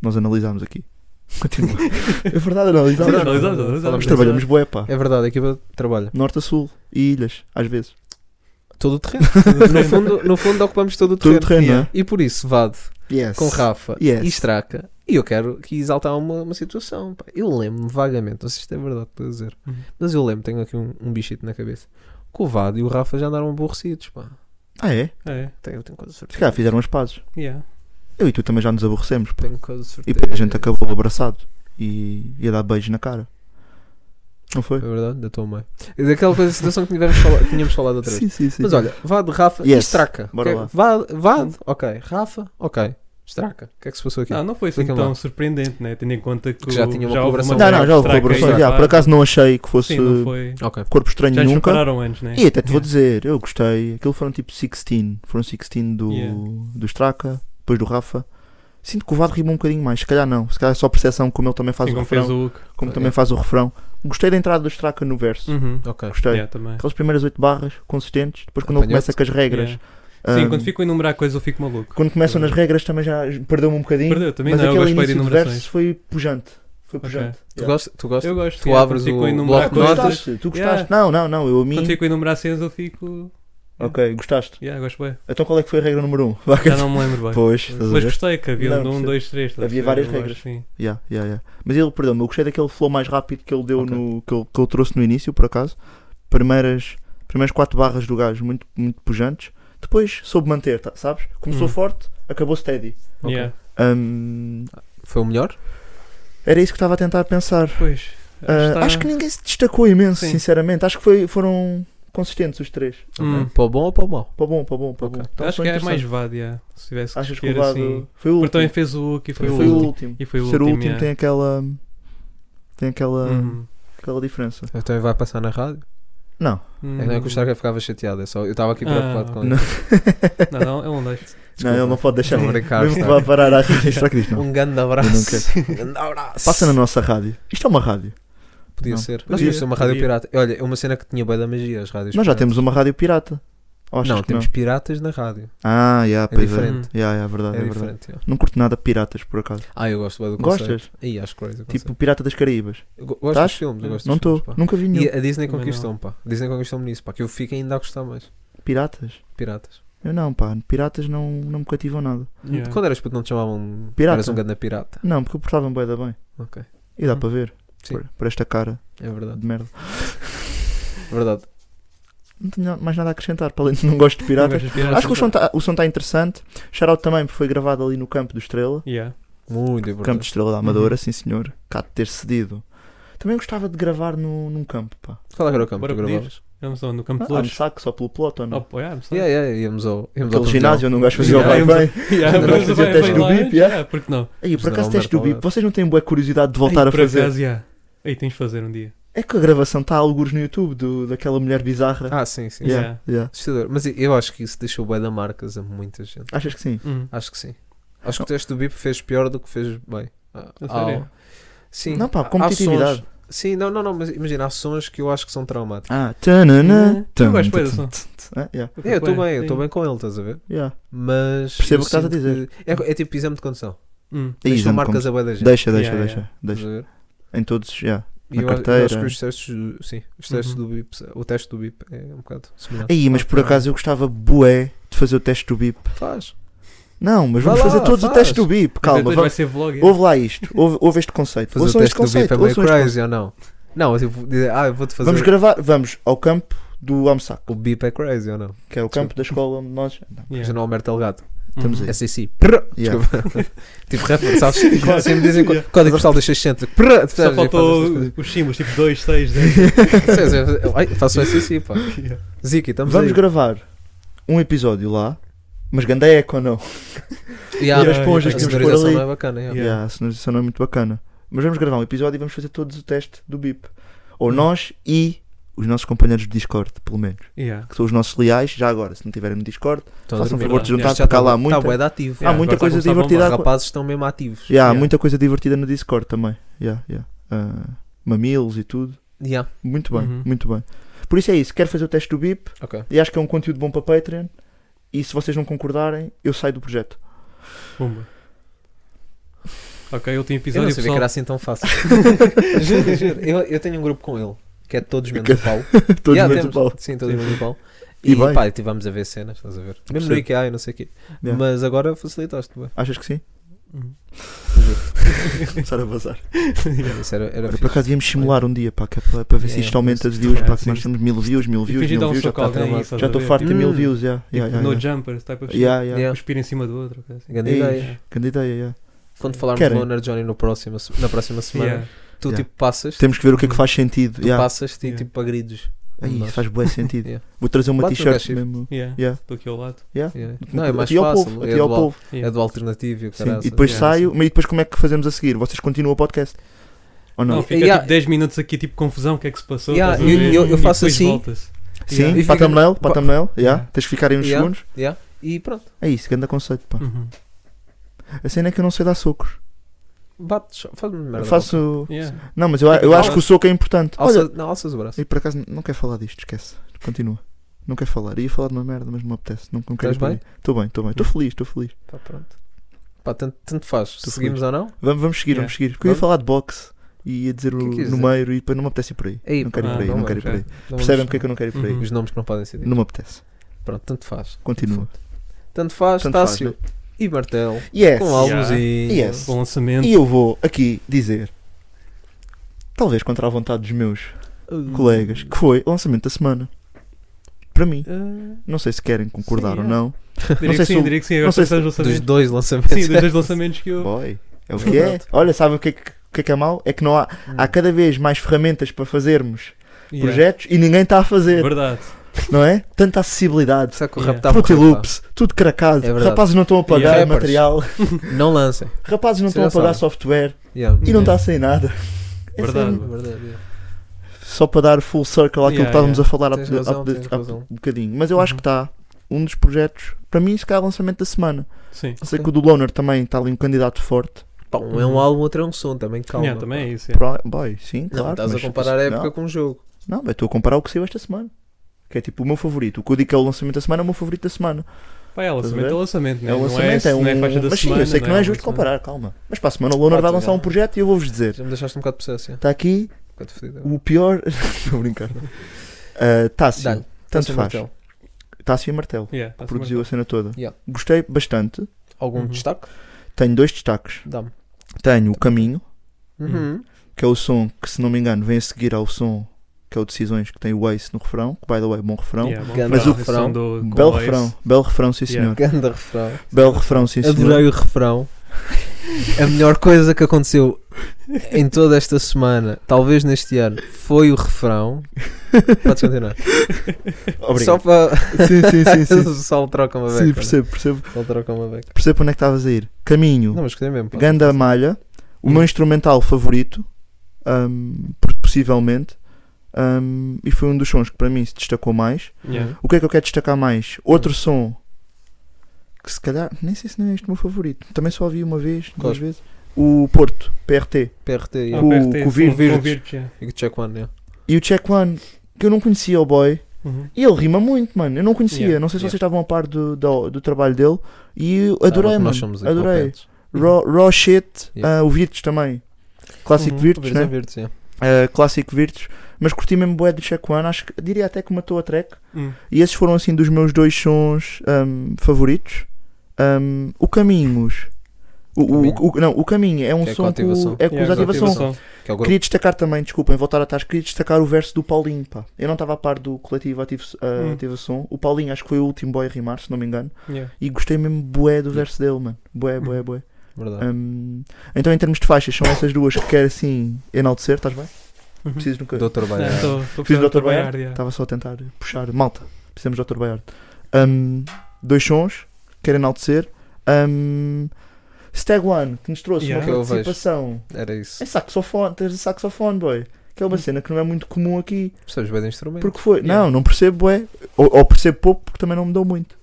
Nós analisámos aqui. Continua. é verdade, analisámos.
Sim,
Verdade.
analisamos,
Nós
analisamos.
trabalhamos
Nós trabalhamos bué, pá.
É verdade, a equipa trabalha.
Norte a sul. E ilhas, às vezes.
Todo o terreno. no, fundo, no fundo, ocupamos todo o
Todo o
terreno.
terreno, não é?
E por isso, Vade
Yes.
com Rafa
Yes.
e Straca. E eu quero que exaltar uma, uma situação. pá. Eu lembro-me vagamente, não sei se isto é verdade, que estou a dizer.
Uhum.
Mas eu lembro, tenho aqui um, um bichito na cabeça. Que o Vade e o Rafa já andaram aborrecidos. Pá.
Ah, é?
É.
Tenho, tenho quase
Se
certeza.
calhar fizeram as pazes.
Yeah.
Eu e tu também já nos aborrecemos, pá.
Tenho quase
E
certeza.
depois a gente acabou abraçado e ia dar beijos na cara. Não
É
foi?
verdade, da tua mãe. É Daquela coisa, situação que tivemos fala- tínhamos falado outra vez.
Sim, sim, sim.
Mas olha, Vade, Rafa e
Yes.
Straca.
Bora
Que-
lá.
Vade, Vade, ok. Rafa, ok. Straca. O que é que se passou aqui?
Não, não foi assim
Explica-me
tão
lá.
surpreendente, né? Tendo em conta que,
Que já tinha uma
houve
colaboração.
não, não, já houve
traca
colaborações.
aí,
já.
pá.
por acaso não achei que fosse
Sim, não foi.
Ok.
corpo estranho
Já nos
nunca.
prepararam antes, né?
E até te vou dizer, eu gostei. Aquilo foram tipo 16. Foram 16 do,
Yeah.
do Straca, depois do Rafa. Sinto que o Vado rimou um bocadinho mais. Se calhar não. Se calhar é só percepção como ele também faz
Sim,
o
como
refrão.
fez o Hulk.
Como
Ah,
também
é.
faz o refrão. Gostei da entrada do Straca no verso.
Uhum.
Ok.
Gostei.
Yeah, também.
Aquelas primeiras 8 barras consistentes. Depois quando ele
Apanhou-te.
começa com as regras.
Yeah. Sim,
Ah,
quando fico a enumerar coisas eu fico maluco.
quando começam nas regras também já perdeu-me um bocadinho.
Perdeu, também
mas
não, eu
aquele
gosto bem de
início do
enumerações.
verso foi pujante. Foi pujante.
Tu
Yeah.
gostas? Tu gostas?
Eu gosto.
Tu
yeah,
abres
quando fico a
o
enumerar
bloco de
Tu
coisas-
notas.
é gostaste? Tu
Yeah.
gostaste? Não, não, não. Eu a mim.
Quando fico a enumerar cenas eu fico.
Ok, gostaste.
Yeah, gosto bem.
Então qual é que foi a regra número 1? Um?
Já não me lembro bem.
Pois, estás a
Mas
ver?
gostei que havia
Não,
um de um,
percebo.
dois, três. estás a
Havia
perceber?
várias
Eu
regras.
acho, Sim.
Yeah, yeah, yeah. Mas ele, perdão, eu gostei daquele flow mais rápido que ele deu
Ok.
no. Que ele, que ele trouxe no início, por acaso. Primeiras, primeiras quatro barras do gajo, muito, muito pujantes. Depois soube manter, tá- sabes? Começou
Hum.
forte, acabou steady.
Ok.
Yeah.
Hum,
Foi o melhor?
era isso que estava a tentar pensar.
Pois.
Ah, Acho,
está-
que ninguém se destacou imenso,
é- Sim.
sinceramente. Acho que foi- foram consistentes os três.
Hum.
Para o bom ou para o mau?
Para bom, para bom, para
Ok.
bom.
Eu
Então,
acho
foi
que é
interessante.
mais vado, yeah. se tivesse que
Achas que o
escolher
Vado
assim.
foi o
Porque também
último.
fez o que foi,
Foi
o
o
último.
último.
E foi o
Ser o
último,
último
yeah.
tem aquela. Tem aquela.
Uhum.
aquela diferença.
Então vai passar na rádio?
Não.
Hum.
É que não é que o Starcraft ficava chateado, é só. Eu estava aqui
Ah,
preocupado com
não.
ele.
Não, não, é um ele não deixa.
Não, ele não pode deixar.
Estou a brincar,
Mesmo que
está.
vá parar à rádio, será que diz não?
Um grande abraço. Um grande abraço.
Passa na nossa rádio. Isto é uma rádio.
Podia
Não.
ser. Nós
Podia.
podíamos ser uma rádio
Podia.
pirata. Olha, é uma cena que tinha bem da magia, as rádios.
Nós já
piratas.
temos uma rádio pirata. Ou achas
é Não,
que não?
temos piratas na rádio.
Ah, yeah,
É
pois é.
diferente.
Yeah, yeah, é verdade,
É,
é, verdade.
diferente.
Não curto nada de piratas, por acaso.
é. Ah, eu gosto bem do conceito.
Gostas?
Ih, acho crazy. o
Tipo
conceito.
Pirata das Caraíbas.
Eu go- gosto
Tás?
dos filmes. Eu gosto
Não
estou.
estou, nunca vi nenhum.
E a Disney
Também
conquistou-me, pá. A Disney conquistou-me nisso, pá. Que eu fico ainda a gostar mais.
Piratas?
Piratas.
Eu não, pá. Piratas não, não me cativam nada.
Yeah.
Quando eras puto, não te chamavam.
Pirata.
Eras um grande pirata.
Não, porque eu portava-me bué da bem.
Ok.
E dá
Hum.
para ver.
Sim.
Por, por esta cara
É verdade. É
de merda.
Verdade.
Não tenho mais nada a acrescentar, para além de não gosto de piratas.
Não gostas de então? piratas?
Acho que o som está tá interessante. Shoutout também, porque foi gravado ali no campo do Estrela.
Yeah.
Muito
Campo de
importante.
Estrela da Amadora,
Uhum.
sim senhor. Cá de ter cedido. Também gostava de gravar no, num campo, pá.
Qual é que era o campo
Bora
que tu
pedir.
gravavas?
Vamos lá um no Campo de
Ah, me
Louros.
saco só pelo plótano.
Oh, yeah, I'm sorry.
Yeah, yeah, íamos ao. Íamos ao
Aquele
pavilhão.
ginásio onde um gajo fazia o
Yeah,
vai bem.
Yeah,
Nós
mas
fazia
vai-
teste
vai
do
lá
bip,
antes,
yeah.
yeah, Porque não?
Aí, por
General
acaso teste do
Humberto
BIP, vocês não têm boa curiosidade de voltar
Ei,
a
um por
fazer?
acaso, yeah. Aí tens de fazer um dia.
É que a gravação está a algures no YouTube do, daquela mulher bizarra.
Ah, sim, sim.
Yeah.
né? Yeah.
Assustador. Mas eu acho que isso deixou bem da marcas a muita gente.
Achas que sim?
Hum.
Acho que sim. Acho que o teste do BIP fez pior do que fez bem. Ah,
A
há-
sério?
Sim.
Não, pá,
há- há
competitividade.
sons- Sim, não, não, não, mas imagina, há sons que eu acho que são traumáticos.
Ah, tanana,
Hum. Eu gosto bem do som.
Ah, yeah,
É, eu estou
Ué,
bem, eu estou
sim.
bem com ele, estás a ver?
yeah.
Mas.
Percebo
eu
o que estás a
sinto
dizer.
que- É, é tipo exame de condução.
Hum.
Aí,
Deixou
exame de
marcas a bem da gente.
Deixa, deixa,
Yeah,
deixa,
estás
deixa.
a ver?
Em todos, yeah.
E
Na
eu, a- eu acho
carteira. Uhum.
que os testes. do- Sim, os testes do BIP. O teste do BIP é um bocado semelhante.
Aí, mas por acaso eu gostava bué de fazer o teste do BIP.
Faz.
Não, mas
Vai
vamos
lá,
fazer todos
faz.
o teste do BIP. Calma,
Depois
va-
vai ser vlog. yeah.
ouve lá isto. Ouve, ouve este conceito.
Fazer
ouçam
o
este
teste do BIP
conceito.
é meio
ouçam este
crazy ou não? Não, é tipo, dizer, ah, eu vou-te fazer.
Vamos gravar, vamos ao campo do AMSAC,
O BIP é crazy ou não?
que é o campo da escola onde nós
Yeah.
General Alberto Delgado. É
estamos
Uhum.
aí.
SAC. Prrr.
Yeah.
Desculpa. tipo rapper, sabes? Assim me dizem co- código postal dos 600. Prrr.
é
Só faltou
Fazes
os símbolos, tipo 2, 6, 10.
estas coisas. assim. Sim, sim. Ai, Faço um o SAC, pá. Ziki, estamos
Vamos
aí.
gravar um episódio lá, mas ganda eco ou não?
Yeah,
E as esponjas
a
que temos
por
sonorização
ali.
não é bacana. yeah.
Yeah, a sonorização não é muito bacana. Mas vamos gravar um episódio e vamos fazer todos o teste do BIP.
Hum.
Ou nós e os nossos companheiros de Discord, pelo menos.
Yeah.
Que são os nossos leais, já agora, se não tiverem no Discord.
Estão a
Façam
dormir.
favor de
Yeah.
juntar,
Isto já
porque há
está-
lá muita-
Está bué de ativo.
há muita
agora tá
coisa
está a começar a
divertida.
bombar.
Os
a-
rapazes estão mesmo ativos.
Yeah, há
Yeah.
muita coisa divertida no Discord também. Yeah, yeah. Ah, mamilos e tudo.
Yeah.
Muito bem,
Uhum.
muito bem. Por isso é isso. Quero fazer o teste do BIP
Ok.
e acho que é um conteúdo bom para Patreon. E se vocês não concordarem, eu saio do projeto.
Pumba. Ok, último
Eu
episódio,
não sabia que
pessoal.
era assim tão fácil. Juro, juro. Eu eu tenho um grupo com ele. Que é todos menos o Paulo.
Todos
Yeah,
menos o
temos-
Paulo.
Sim, todos menos o Paulo.
E
E,
bem.
pá, estivemos a ver cenas, estás a ver? Mesmo no
Sim.
IKEA e não sei o quê.
Yeah.
Mas agora facilitaste, bué.
Achas que sim?
assim.
Uhum.
Começar a vazar.
Isso era, era
Por acaso devíamos simular um dia, pá, que é para, para ver se
É,
isto aumenta de
pois,
views,
é,
pá, que
sim.
nós temos mil views, mil
E
views,
fingir dar
mil
um
views, já
soco a
está
alguém aí,
Já estou farto de ter
Hum.
mil views, já.
Tipo,
Yeah, yeah,
no
yeah.
jumper, está para
Yeah, yeah.
Yeah.
cuspir em cima do outro. coisa assim.
Grande
Ei.
ideia.
Yeah.
Grande ideia, yeah.
Quando falarmos
Querem?
do Honor Johnny no próximo, na próxima semana,
Yeah.
tu
Yeah.
tipo passas,
Temos que ver o que
Uhum.
é que faz sentido.
tu
yeah.
passas e
Yeah.
tipo agrides.
Aí,
Nós.
faz bué sentido.
Yeah.
Vou trazer uma
Bate no
t-shirt
cachimbo.
mesmo.
Yeah.
Yeah.
Estou aqui ao lado.
Yeah.
Yeah. Não, é mais
Até ao
fácil.
povo,
é,
até ao
do, al-
povo.
é do alternativo e o
Sim,
caraças.
E depois
Yeah,
saio, mas e depois como é que fazemos a seguir? Vocês continuam o podcast? Ou não?
Não, fica
Yeah.
tipo 10 minutos aqui, tipo confusão, o que é que se passou?
Yeah,
estás a
eu-
ver?
eu- eu
E
faço
depois
assim.
volta-se.
Sim,
E
para
fica-
a thumbnail, para a
pa-
thumbnail, yeah.
Yeah.
tens de ficar aí uns
Yeah. Hum.
segundos.
Yeah. E pronto,
É isso, grande conceito, pá.
Uhum.
A cena é que eu não sei dar socos.
bates, faz-me
Eu
merda.
faço...
Yeah.
Não, mas eu, eu acho que o soco é importante.
Alça,
Olha,
não, alças o braço.
e por acaso não quero falar disto, esquece. Continua. Não quero falar. Ia falar de uma merda, mas não me apetece. Não, não quero
Estás bem? Hum.
Estou bem, estou bem. Estou feliz, estou feliz.
Pá, Tá pronto. Pá, tanto, tanto faz.
Tu
Seguimos ou não?
Vamos, vamos seguir,
Yeah.
vamos seguir. Porque eu ia
Vamos.
falar de boxe e ia dizer o,
que é que ias dizer?
número e depois não me apetece ir por aí.
Aí,
não
pá,
quero ir por aí, não,
vamos,
quero ir por
já.
aí.
Não
Percebem
vamos-
porque é que eu não quero ir por aí?
Uhum.
Os nomes que não podem ser ditos.
Não me apetece.
Pronto, tanto faz.
Continua.
Tanto faz,
Tanto faz,
Tássio e Martel.
Yes.
Com álbuns e.
Yes.
Bom lançamento.
E eu vou aqui dizer, talvez contra a vontade dos meus
Uh, Uhum.
colegas, que foi o lançamento da semana. Para mim.
Ah,
Não sei se querem concordar
Sim,
ou
é.
não.
Diria
sei
que
se
sim,
o-
diria que sim.
não
Agora
sei
são os
dos
lançamentos.
dois lançamentos.
Sim, dos dois lançamentos que eu.
Boy, é o que é. Olha, sabem o que é que, o que é que é mau? É que não há,
Hum.
há cada vez mais ferramentas para fazermos
Yeah.
projetos e ninguém está a fazer,
Verdade.
não é? Tanta acessibilidade.
Será que o tá
Yeah.
rap está a
Fruity
morrer, pá?
Loops, tudo cracado.
É verdade.
Rapazes não estão a pagar
Yeah.
Rappers.
material,
Não lancem.
rapazes não
Você
estão a
já
pagar
sabe.
software
Yeah.
e não tá está a sair nada. É
Verdade.
sério.
Verdade, é. yeah.
Só para dar full circle àquilo
Yeah,
que estávamos
yeah.
a falar há
Tens
bocad- há
razão,
bocad-
tens
há
razão.
um bocadinho. Mas eu acho
Uhum.
que está um dos projetos, para mim, se calhar, lançamento da semana.
Sim.
Eu Sei
Ok.
que o do Loner também está ali um candidato forte.
Pá, um é um álbum, outro é um som, também calma.
Yeah, também
pá.
é isso. yeah.
Pro- Boy, sim, claro.
Não, estás a
mas-
comparar a época
não.
com um jogo.
Não, bem, estou a comparar o que saiu esta semana. Que é tipo o meu favorito. O que eu digo que é o lançamento da semana é o meu favorito da semana.
Pá, é lançamento,
Estás
é
a ver?
lançamento, né?
é o lançamento, é,
não
um.
é, faixa da
Mas sim,
semana.
eu sei que não é justo
álbum da
comparar, calma. Mas para a semana o Loner
Pá,
vai
tu
lançar
já-
um projeto e eu vou-vos dizer.
Já me deixaste um bocado possesso, yeah.
Está Tá aqui
um bocado fedido.
o pior. Estou a brincar. Ah,
Dá-lhe,
Tássio, tanto
Tássio
faz.
Martel.
Tássio e Martel,
semana. Yeah, tá-se
produziu a cena toda.
Yeah.
Gostei bastante.
Algum
Uhum.
destaque?
Tenho dois destaques.
Dá-me.
Tenho o Caminho,
Uhum.
que é o som que, se não me engano, vem a seguir ao som que é o Decisões, que tem o Ace no refrão. Que, by the way, bom refrão.
Yeah, bom
Ganda
refrão,
refrão.
esse som do- com
Belo
voz.
refrão, belo refrão, sim
Yeah.
senhor.
Ganda refrão.
Belo refrão, sim senhor.
Adorei o refrão. A melhor coisa que aconteceu em toda esta semana, talvez neste ano, foi o refrão. Podes continuar. Só
Obrigado.
para.
Sim, sim, sim,
o
sim.
pessoal troca uma beca.
Sim, percebo, percebo.
O pessoal troca uma beca.
Percebo onde é que estavas a ir. Caminho,
Não, mas gostei mesmo. pá.
Ganda Malha, o
Hum.
meu instrumental favorito, hum, por- possivelmente, hum, e foi um dos sons que para mim se destacou mais.
Yeah.
O que é que eu quero destacar mais?
Hum.
Outro som que se calhar, nem sei se não é este o meu favorito, também só ouvi uma vez, duas
Gosto.
vezes. O Porto, PRT,
PRT
Ah,
yeah.
O-
PRT,
com o Vir-
com- com o
Virtus.
Virtus, yeah.
e o Check One. yeah.
e o Check One, que eu não conhecia o boy.
Uhum.
E ele rima muito, mano. Eu não conhecia.
Yeah,
Não sei se
yeah.
vocês estavam a par do, do, do trabalho dele. E eu
Ah,
adorei,
nós
mano.
somos
adorei.
incompetentes.
Raw, raw Shit,
Yeah.
ah, o Virtus também. Clássico
Uhum,
Virtus,
Talvez a
né?
é, Virtus, yeah.
Ah, clássico Virtus. Mas curti mesmo bué do Check One. Acho que diria até que matou a track.
Hum.
E esses foram assim dos meus dois sons ahm, favoritos. Ahm, o Caminhos. O, o-
Caminho.
o- não, o Caminho é um
Que é com
som.
ativação.
com- é com
Yeah,
desativação.
desativação.
Que é o grupo.
Queria destacar também, desculpem, voltar atrás, queria destacar o verso do Paulinho, pá. Eu não estava a par do coletivo ativo, ah,
Hum.
Ativa Som. O Paulinho acho que foi o último boy a rimar, se não me engano.
Yeah.
E gostei mesmo bué
Hum.
do verso dele, mano. Bué, bué, bué.
Verdade.
Hum, então em termos de faixas, são essas duas que quero assim enaltecer, estás bem?
Uhum.
Preciso um nunca.
Doutor Baiano.
Não, tô- tô
Preciso
precisando
do Dr.
trabalhar,
Bayard.
yeah.
Estava só a tentar puxar. Malta, precisamos de Dr. Bayard. Hum, dois sons, quero enaltecer. Hum, Stag One, que nos trouxe
Yeah.
uma
Que eu vejo.
participação
Era isso.
em saxofone, tens o saxofone, boy. Que é
Hum.
uma cena que não é muito comum aqui.
Percebes bem do instrumento?
Porque foi. Não, não percebo, é. Ou, ou percebo pouco porque também não me deu muito.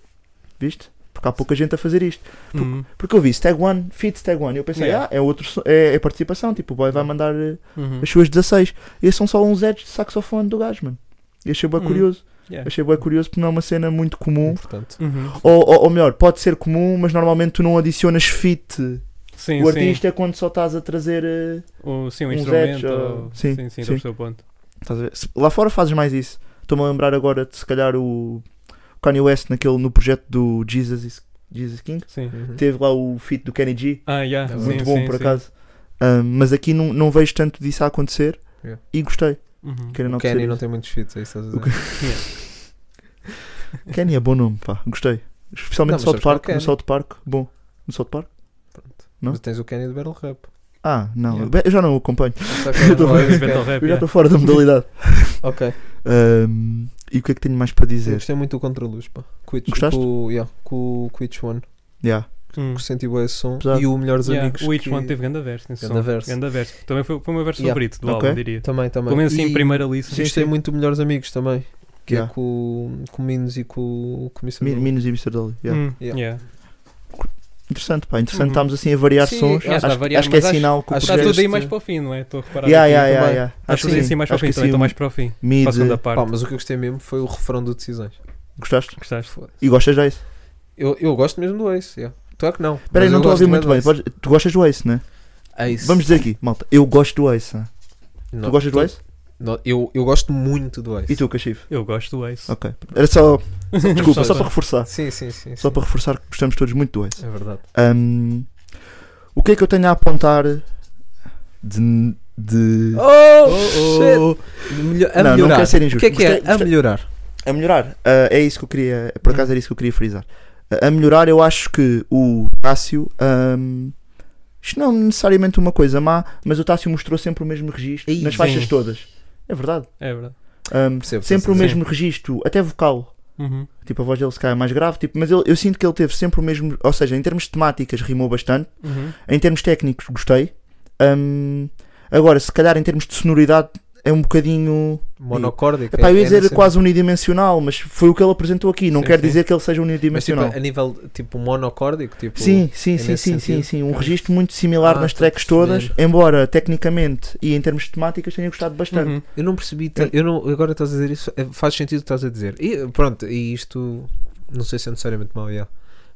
Viste? Porque há pouca gente a fazer isto.
Uhum.
Porque eu vi Stag One, feed Stag One. E eu pensei,
Yeah.
ah, é, outro, so- é, é participação. Tipo, o boy vai mandar eh,
Uhum.
as suas 16. E esses são só uns edges de saxofone do gajo, mano. E achei bem
Hum.
curioso.
Yeah.
Achei bem curioso porque não é uma cena muito comum.
Importante.
Uhum.
Ou, ou, ou melhor, pode ser comum, mas normalmente tu não adicionas fit.
Sim,
o
sim.
artista é quando só estás a trazer. eh,
O, sim, o
uns
instrumento.
edges, ou-
ou-
sim,
Sim, sim,
sim.
estou a perceber o ponto.
Estás a ver? Se- Lá fora fazes mais isso. Estou-me a lembrar agora de se calhar o o Kanye West naquele, no projeto do Jesus, is- Jesus King.
Sim.
Uhum.
Teve lá o feat do Kenny G.
Ah, yeah,
Muito
sim,
bom
sim,
por
sim.
acaso. Ahm, mas aqui não, não vejo tanto disso a acontecer.
Yeah.
E gostei.
Uhum.
Quero
O
não
Kenny
dizer
não
isso.
tem muitos feats, é isso que estás a dizer.
Kenny é bom nome, pá. Gostei. Especialmente no
Não, mas
South
sabes qual é o
Park. No
Kenny?
South Park. Bom. No South Park? Não?
Mas tens o Kenny do Battle Rap.
Ah, não.
Yeah. É
Bem, Eu já não o acompanho.
Só que eu
tô
não
bem.
gosto de
Battle
Kenny.
rap,
Eu já
yeah.
estou fora da modalidade.
Ok.
Ahm, e o que é que tenho mais para
Eu
dizer?
gostei muito do Contra-Luz, pá. Com o Itch-
Gostaste?
Com, o- yeah, com, o- com o Itch One.
Yeah.
Hum.
Que senti bem esse som.
Pesado.
E o Melhores
Yeah,
Amigos.
O Each
que-
One teve ganda verso. nesse
Ganda
som.
verso.
Ganda verso. Também foi, foi o meu verso
Yeah.
favorito do
Ok.
álbum, diria.
Também, também.
Pelo menos assim,
E-
em primeira lista.
Sim, gostei muito de Melhores Amigos também. Que
Yeah.
é com, com o Minos e com o Comissão.
Min- Minos e Mr. Dolly. Yeah.
Hum,
Yeah.
yeah.
Interessante, pá. Interessante.
Uhum.
Estamos assim a variar
Sim,
sons.
yeah,
acho,
está a variar,
acho que é
mas acho-
sinal que o
acho
Está
que
projeto...
já
tudo aí
este-
mais para o fim, não é? Estou a reparar.
Yeah,
aqui.
yeah, yeah,
também.
yeah.
Está tudo aí assim mais para o
Acho
fim,
que
também
sim.
estou mais para o fim.
Mid,
Para a segunda parte.
Pá, mas o que eu gostei mesmo foi o refrão do Decisões.
Gostaste?
Gostaste?
Foda-se.
E gostas do Ace?
Eu, eu gosto mesmo do Ace, yeah. tu é que não.
Espera aí,
mas
não
eu
estou a ouvir
gosto
muito bem.
mais do
Podes- Tu gostas do Ace, né?
Ace. Ace.
Vamos dizer aqui, malta. Eu gosto do Ace. né?
Não,
Tu gostas do Ace?
não, eu, eu gosto muito do Ace.
E tu, Cachif?
Eu gosto do Ace.
Ok. Era só. Desculpa, só
Só-
para reforçar.
Sim, sim, sim.
Só
sim.
para reforçar que gostamos todos muito do Ace.
É verdade.
Hum, o que é que eu tenho a apontar de. de-
Oh,
Hum. Oh,
shit! Melho- a
Não, não
melhorar.
quero ser injusto.
O que é que é?
Gostei-
A
gostei.
melhorar.
A melhorar. Ah, é isso que eu queria. Por acaso era isso que eu queria frisar. Ah, a melhorar, eu acho que o Tássio. hum, isto não é necessariamente uma coisa má, mas o Tássio mostrou sempre o mesmo registro
Ih,
nas
sim.
faixas todas. É verdade.
É verdade.
Hum,
Percebo,
sempre o
sim.
mesmo registro, até vocal.
Uhum.
Tipo, a voz dele se calhar é mais grave, tipo, mas ele- eu sinto que ele teve sempre o mesmo. Ou seja, em termos de temáticas, rimou bastante.
Uhum.
Em termos técnicos, gostei. Hum, agora, se calhar, em termos de sonoridade, é um bocadinho.
Monocórdica.
Epá, eu ia
é
dizer
nessa-
quase unidimensional, mas foi o que ele apresentou aqui. Não
Sim,
quer
sim.
dizer que ele seja
Mas tipo,
unidimensional.
a nível tipo monocórdico, tipo.
Sim, sim,
é
sim, sim,
nesse
sim,
sentido?
sim. Um registro muito similar
Ah,
nas
tô
tracks todas,
percebendo.
embora tecnicamente e em termos de temáticas tenha gostado bastante.
Uhum.
Eu não percebi. ta- Eu não, agora estás a dizer isso. é, Faz sentido o que estás a dizer. E pronto, e isto. Não sei se é necessariamente mau, yeah.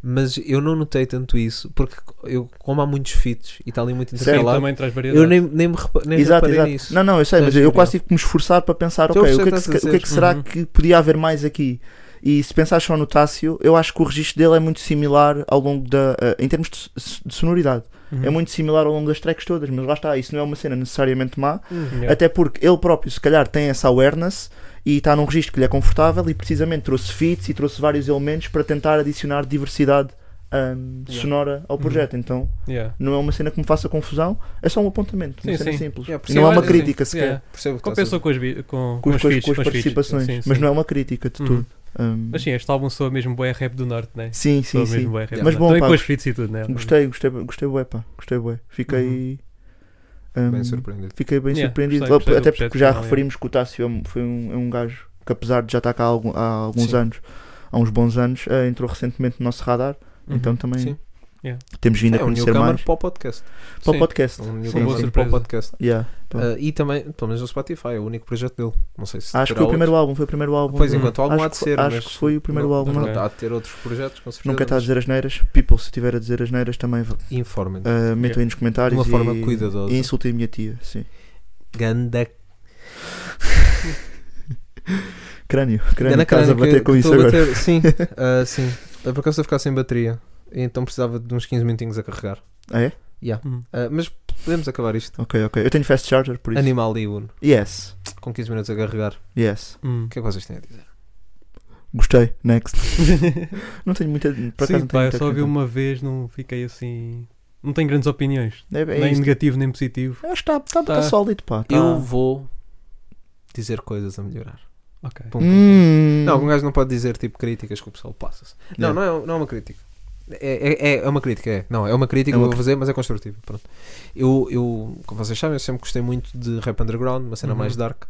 mas eu não notei tanto isso. Porque eu, como há muitos fits e está ali muito
Certo.
Sim,
intercalado,
também traz variedade.
eu nem, nem me repa- nem
Exato,
reparei
exato.
nisso.
Não, não, eu sei,
Tens
mas eu
razão.
quase tive que me esforçar para pensar,
Estou a
ok, o que, é que,
perceber o que
se-
estás a
o que é que
dizer.
será
Uhum.
que podia haver mais aqui? E se pensar só no Tássio, eu acho que o registro dele é muito similar ao longo da. eh, em termos de, s- de sonoridade,
Uhum.
é muito similar ao longo das tracks todas, mas lá está, isso não é uma cena necessariamente má,
Yeah.
até porque ele próprio, se calhar, tem essa awareness e está num registro que lhe é confortável e precisamente trouxe fits e trouxe vários elementos para tentar adicionar diversidade ahm, sonora
Uhum.
ao projeto. Então,
Yeah.
não é uma cena que me faça confusão, é só um apontamento, uma
Sim,
cena
sim.
simples.
Yeah, por
E
sim,
não é uma
olha, sim.
crítica sequer
assim, Yeah.
Percebo o que estás a
Compensou com, as vi- com,
com,
com
as,
os
coisas-
feats,
com as
com os feats.
participações,
Sim, sim.
mas não é uma crítica de
Uhum.
tudo. Um,
Mas sim, este álbum soa mesmo bué rap do norte, né?
sim, sim,
Soa
sim.
mesmo bué rap. do
Mas
norte.
bom,
Também
pá,
com os feats e tudo, né?
Gostei, gostei, gostei bué, pá. Gostei bué. Fiquei.
Uhum.
um,
Bem surpreendido.
Fiquei bem
Yeah,
surpreendido.
gostei, gostei
até
do
porque
projeto
já
final,
referimos que o Tássio é um- foi um, é um gajo que, apesar de já estar cá há, algum- há alguns
Sim.
anos, há uns bons anos, eh, entrou recentemente no nosso radar. Então também
Sim.
Uhum, Yeah.
temos vindo
É
a
um
conhecer
newcomer
mais.
para o podcast.
Para o podcast.
É um
Sim,
newcomer
sim.
para o
Surpresa.
podcast.
Yeah, pronto.
Ah, e também, pelo menos no Spotify, é o único projeto dele. Não sei se.
acho que
terá
foi o primeiro álbum. Foi o primeiro álbum.
outro. Pois,
Hum.
enquanto álbum há de
Acho que-
ser.
acho
mas
que foi o primeiro
não-
álbum,
pronto,
não é?
Há de ter outros projetos, com certeza.
Nunca está a
mas
dizer as neiras. People, se estiver a dizer as neiras, também vá.
Informem.
Uh, metam aí nos comentários
De uma forma
e,
cuidadosa.
e insultem a minha tia, sim.
Ganda
Crânio, crânio,
Ganda
estás a
crânio
bater
que
com
eu
isso
estou a
agora.
bater- Sim, ah, sim. É por acaso estou a ficar sem bateria. Então precisava de uns 15 minutinhos a carregar.
Ah, é?
Uhum.
Ah, mas podemos acabar isto.
Ok, ok. Eu tenho fast charger, por isso.
Animal e Uno.
Yes,
Com 15 minutos a carregar.
yes.
Hum.
O que é que vocês têm a dizer?
Gostei, next. não tenho muita. Por acaso
Sim,
não tenho
pá, eu
muita
só ouvi
coisa.
uma vez, não fiquei assim. Não tenho grandes opiniões.
É, bem
nem
isto.
negativo, nem positivo.
Acho que está tá, tá
Tá.
sólido, pá. Tá.
Eu vou dizer coisas a melhorar.
Ok.
Pum, pum, pum.
Hum.
Não, um gajo não pode dizer tipo críticas que o pessoal passa-se. Não,
Yeah.
não, é, não é uma crítica. É, é- é, é uma crítica, é. Não, é uma crítica
É
que
uma
eu vou fazer, mas é construtiva. Pronto. Eu, eu, como vocês sabem, eu sempre gostei muito de rap underground, uma cena
Uhum.
mais dark.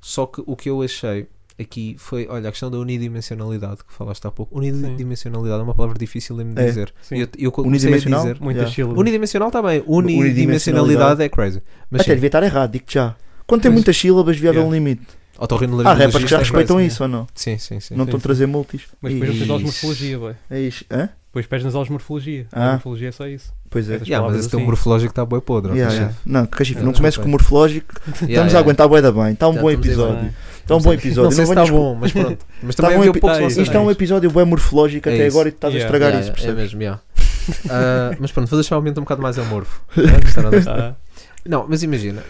Só que o que eu achei aqui foi, olha, a questão da unidimensionalidade que falaste há pouco. Unidimensionalidade é uma palavra difícil de me
É.
dizer.
Sim.
E Eu, eu comecei a
Unidimensional?
dizer.
Muitas
Yeah.
sílabas.
Unidimensional está bem.
Unidimensionalidade.
Unidimensionalidade é crazy. Mas
Até
sim,
devia estar errado, digo já. Quando tem
Pois.
muitas sílabas, devia haver
Yeah.
um limite. Há
otorrinolaringologista
rappers que já
é
respeitam
crazy.
isso ou não?
Sim, sim, sim.
não estão a trazer multis.
Mas depois não tens aulas de
Isso.
morfologia, boy.
É isso. Hã?
Depois pés nas aulas de morfologia.
Ah.
A morfologia é só isso.
Pois é.
Essas
Yeah, mas
palavras
esse teu
assim.
morfológico está boi podre.
Yeah,
ok?
yeah. Não, Cachifa,
Yeah,
não
não,
comeces
ok.
com o morfológico.
Yeah,
Estamos
yeah.
a aguentar bué da bem. Está um
Já
bom
estamos a
episódio.
Não é?
Está um bom episódio.
Não sei se
venhas
está
com-
bom, mas pronto. Mas
Tá
também
bom,
havia
epi-
poucos lançamentos.
Isto é um episódio bem morfológico
É
até
isso.
agora e tu estás a
Yeah,
estragar
Yeah,
isso,
yeah, É
percebes?
mesmo, yeah. Ah, Mas pronto, vou deixar o ambiente um bocado mais amorfo. né? Gostaram desta?
Ah,
Não, mas imagina,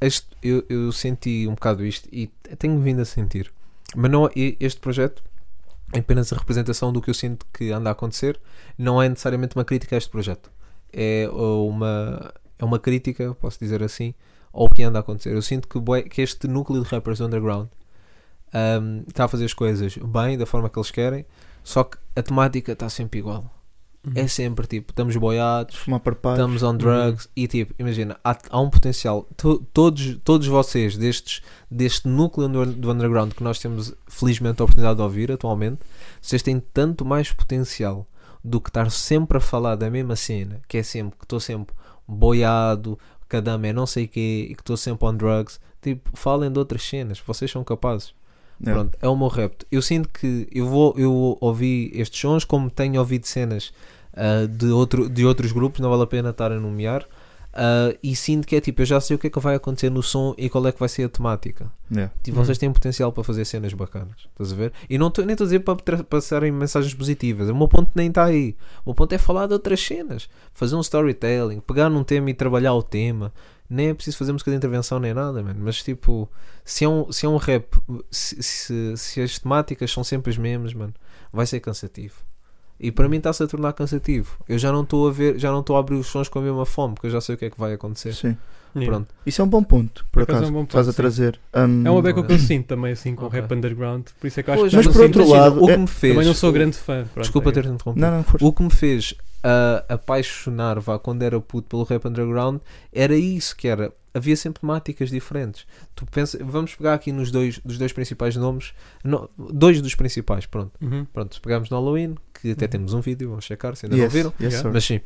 este- eu, eu senti um bocado isto e tenho vindo a sentir. Mas não, e- este projeto é apenas a representação do que eu sinto que anda a acontecer. Não é necessariamente uma crítica a este projeto. É uma, é uma crítica, posso dizer assim, ao que anda a acontecer. Eu sinto que, bué- que este núcleo de rappers underground hum, está a fazer as coisas bem, da forma que eles querem, só que a temática está sempre igual. É sempre tipo, estamos boiados,
Fumar parpados.
estamos on drugs e tipo, imagina, há, há um potencial. To- todos, todos vocês destes, deste núcleo do, do underground que nós temos felizmente a oportunidade de ouvir atualmente, vocês têm tanto mais potencial do que estar sempre a falar da mesma cena, que é sempre que estou sempre boiado, que a dama é não sei quê e que estou sempre on drugs. Tipo, falem de outras cenas, vocês são capazes.
É.
Pronto, é o meu repto. Eu sinto que eu vou eu ouvi estes sons, como tenho ouvido cenas ah, de, outro, de outros grupos, não vale a pena estar a nomear. ah, e sinto que é tipo, eu já sei o que é que vai acontecer no som e qual é que vai ser a temática.
É.
Tipo,
Hum.
vocês têm potencial para fazer cenas bacanas, estás a ver? E não tô, nem estou a dizer para tra- passarem mensagens positivas, o meu ponto nem está aí. O meu ponto é falar de outras cenas, fazer um storytelling, pegar num tema e trabalhar o tema. Nem é preciso fazer música de intervenção nem nada, mano. Mas tipo, se é um, se é um rap, se, se- se as temáticas são sempre as mesmas, mano, vai ser cansativo. E para mim está-se a tornar cansativo. Eu já não estou a ver, já não estou a abrir os sons com a mesma fome, porque eu já sei o que é que vai acontecer.
Sim.
Yeah.
Pronto.
Isso é um bom ponto, por,
Por acaso é
acaso.
um bom
estás a
ponto, sim.
trazer. Hum,
É uma beca que eu sinto também, assim, com o
Ok.
rap underground. Por isso é que eu acho
Pois,
que
Mas
não
por
eu
sinto-
outro
imagina,
lado,
o que
é-
me fez,
Também não sou grande fã. Pronto,
Desculpa
é.
ter-te interrompido.
Não, não, força.
O que me fez ah, apaixonar vá, quando era puto pelo rap underground era isso que era. Havia sempre temáticas diferentes. Tu pensa, vamos pegar aqui nos dois, dos dois principais nomes, no- dois dos principais, pronto.
Uhum.
Pronto, pegámos no Halloween, que até temos um vídeo, vamos checar se ainda não
Uhum. Yes,
viram.
yes,
Yeah.
sir.
Mas sim,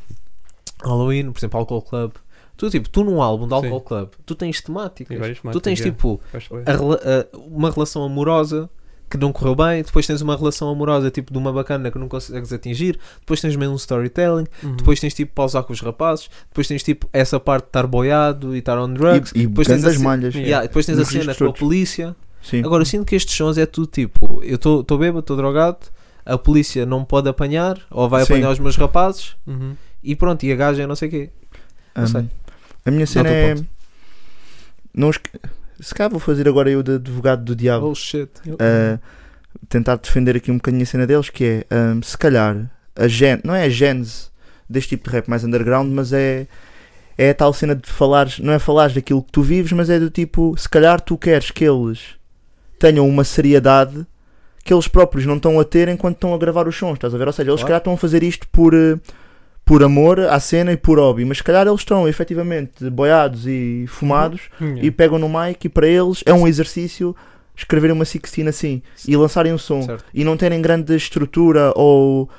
Halloween, por exemplo, Alcohol Club. Tu, tipo, tu num álbum de Alcohol Club, tu tens
Tem
temáticas.
várias
tu tens
temáticas, é.
tipo
Gosto bué.
a rela- a- uma relação amorosa que não correu bem, depois tens uma relação amorosa tipo de uma bacana que não consegues atingir, depois tens mesmo um storytelling,
Uhum.
depois tens tipo pausar com os rapazes, depois tens tipo essa parte de estar boiado e estar on drugs,
E, e
depois tens a
grandes
ce-
malhas.
Yeah.
Yeah, depois tens
Nos
a cena
riscos
com a
todos.
polícia.
Sim.
Agora eu sinto que estes sons é tudo tipo, eu estou bêbado, estou drogado, a polícia não me pode apanhar, ou vai
Sim.
apanhar os meus rapazes,
Uhum.
e pronto, e a gaja é não sei o quê. não
Hum,
sei.
A minha cena
teu
é.
ponto.
Não esque- Se cá vou fazer agora eu de advogado do diabo.
Oh shit.
Uhum.
a tentar defender aqui um bocadinho a cena deles, que é hum, se calhar a gen não é a gênese deste tipo de rap mais underground, mas é é a tal cena de falares, não é falares daquilo que tu vives, mas é do tipo, se calhar tu queres que eles tenham uma seriedade que eles próprios não estão a ter enquanto estão a gravar os sons, estás a ver? Ou seja, eles se
Claro.
calhar estão a fazer isto por, eh, por amor à cena e por hobby, mas se calhar eles estão efetivamente boiados e fumados e
Yeah.
pegam no mic e para eles é um exercício escreverem uma sixteen assim e lançarem um som
Certo.
e não terem grande estrutura ou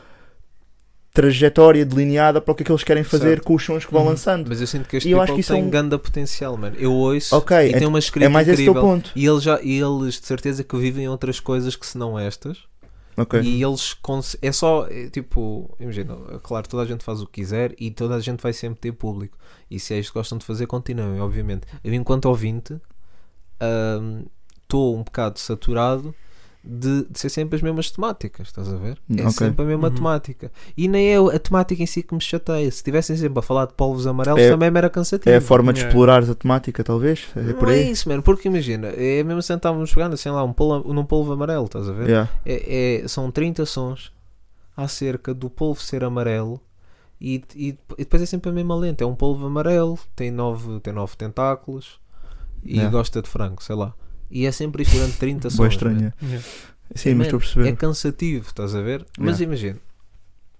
trajetória delineada para o que é que eles querem fazer
Certo.
com os sons que vão
Uhum.
lançando.
Mas eu sinto que este
E eu acho
people
que isso é
tem
um-
ganda potencial, mano. Eu ouço
Ok,
e
é-
tem uma escrita
É mais esse
incrível.
teu ponto.
E eles, já, e eles de certeza que vivem outras coisas que se não estas.
Ok.
E eles cons- é só é, tipo, imagina, é claro, toda a gente faz o que quiser e toda a gente vai sempre ter público. E se é isto que gostam de fazer, continuem, obviamente. Eu, enquanto ouvinte, estou um bocado saturado. De, de ser sempre as mesmas temáticas, estás a ver? É
Ok.
sempre a mesma
Uhum.
temática. E nem é a temática em si que me chateia. Se estivessem sempre a falar de polvos amarelos,
É-
também me era cansativo.
É a forma de
Yeah.
explorar a temática, talvez. É por
Não é
aí.
isso, mano, porque imagina, é mesmo assim estávamos jogando, sei lá, um polvo, num polvo amarelo, estás a ver?
Yeah.
É- é- são 30 sons acerca do polvo ser amarelo e, e, e depois é sempre a mesma lente, é um polvo amarelo, tem 9 tem nove tentáculos e
Yeah.
gosta de frango, sei lá. E é sempre isto durante 30 sons. né?
Boa
mano.
estranha.
Yeah.
Sim, mas estou a
Mano, É
perceber.
cansativo, estás a ver? Mas imagina,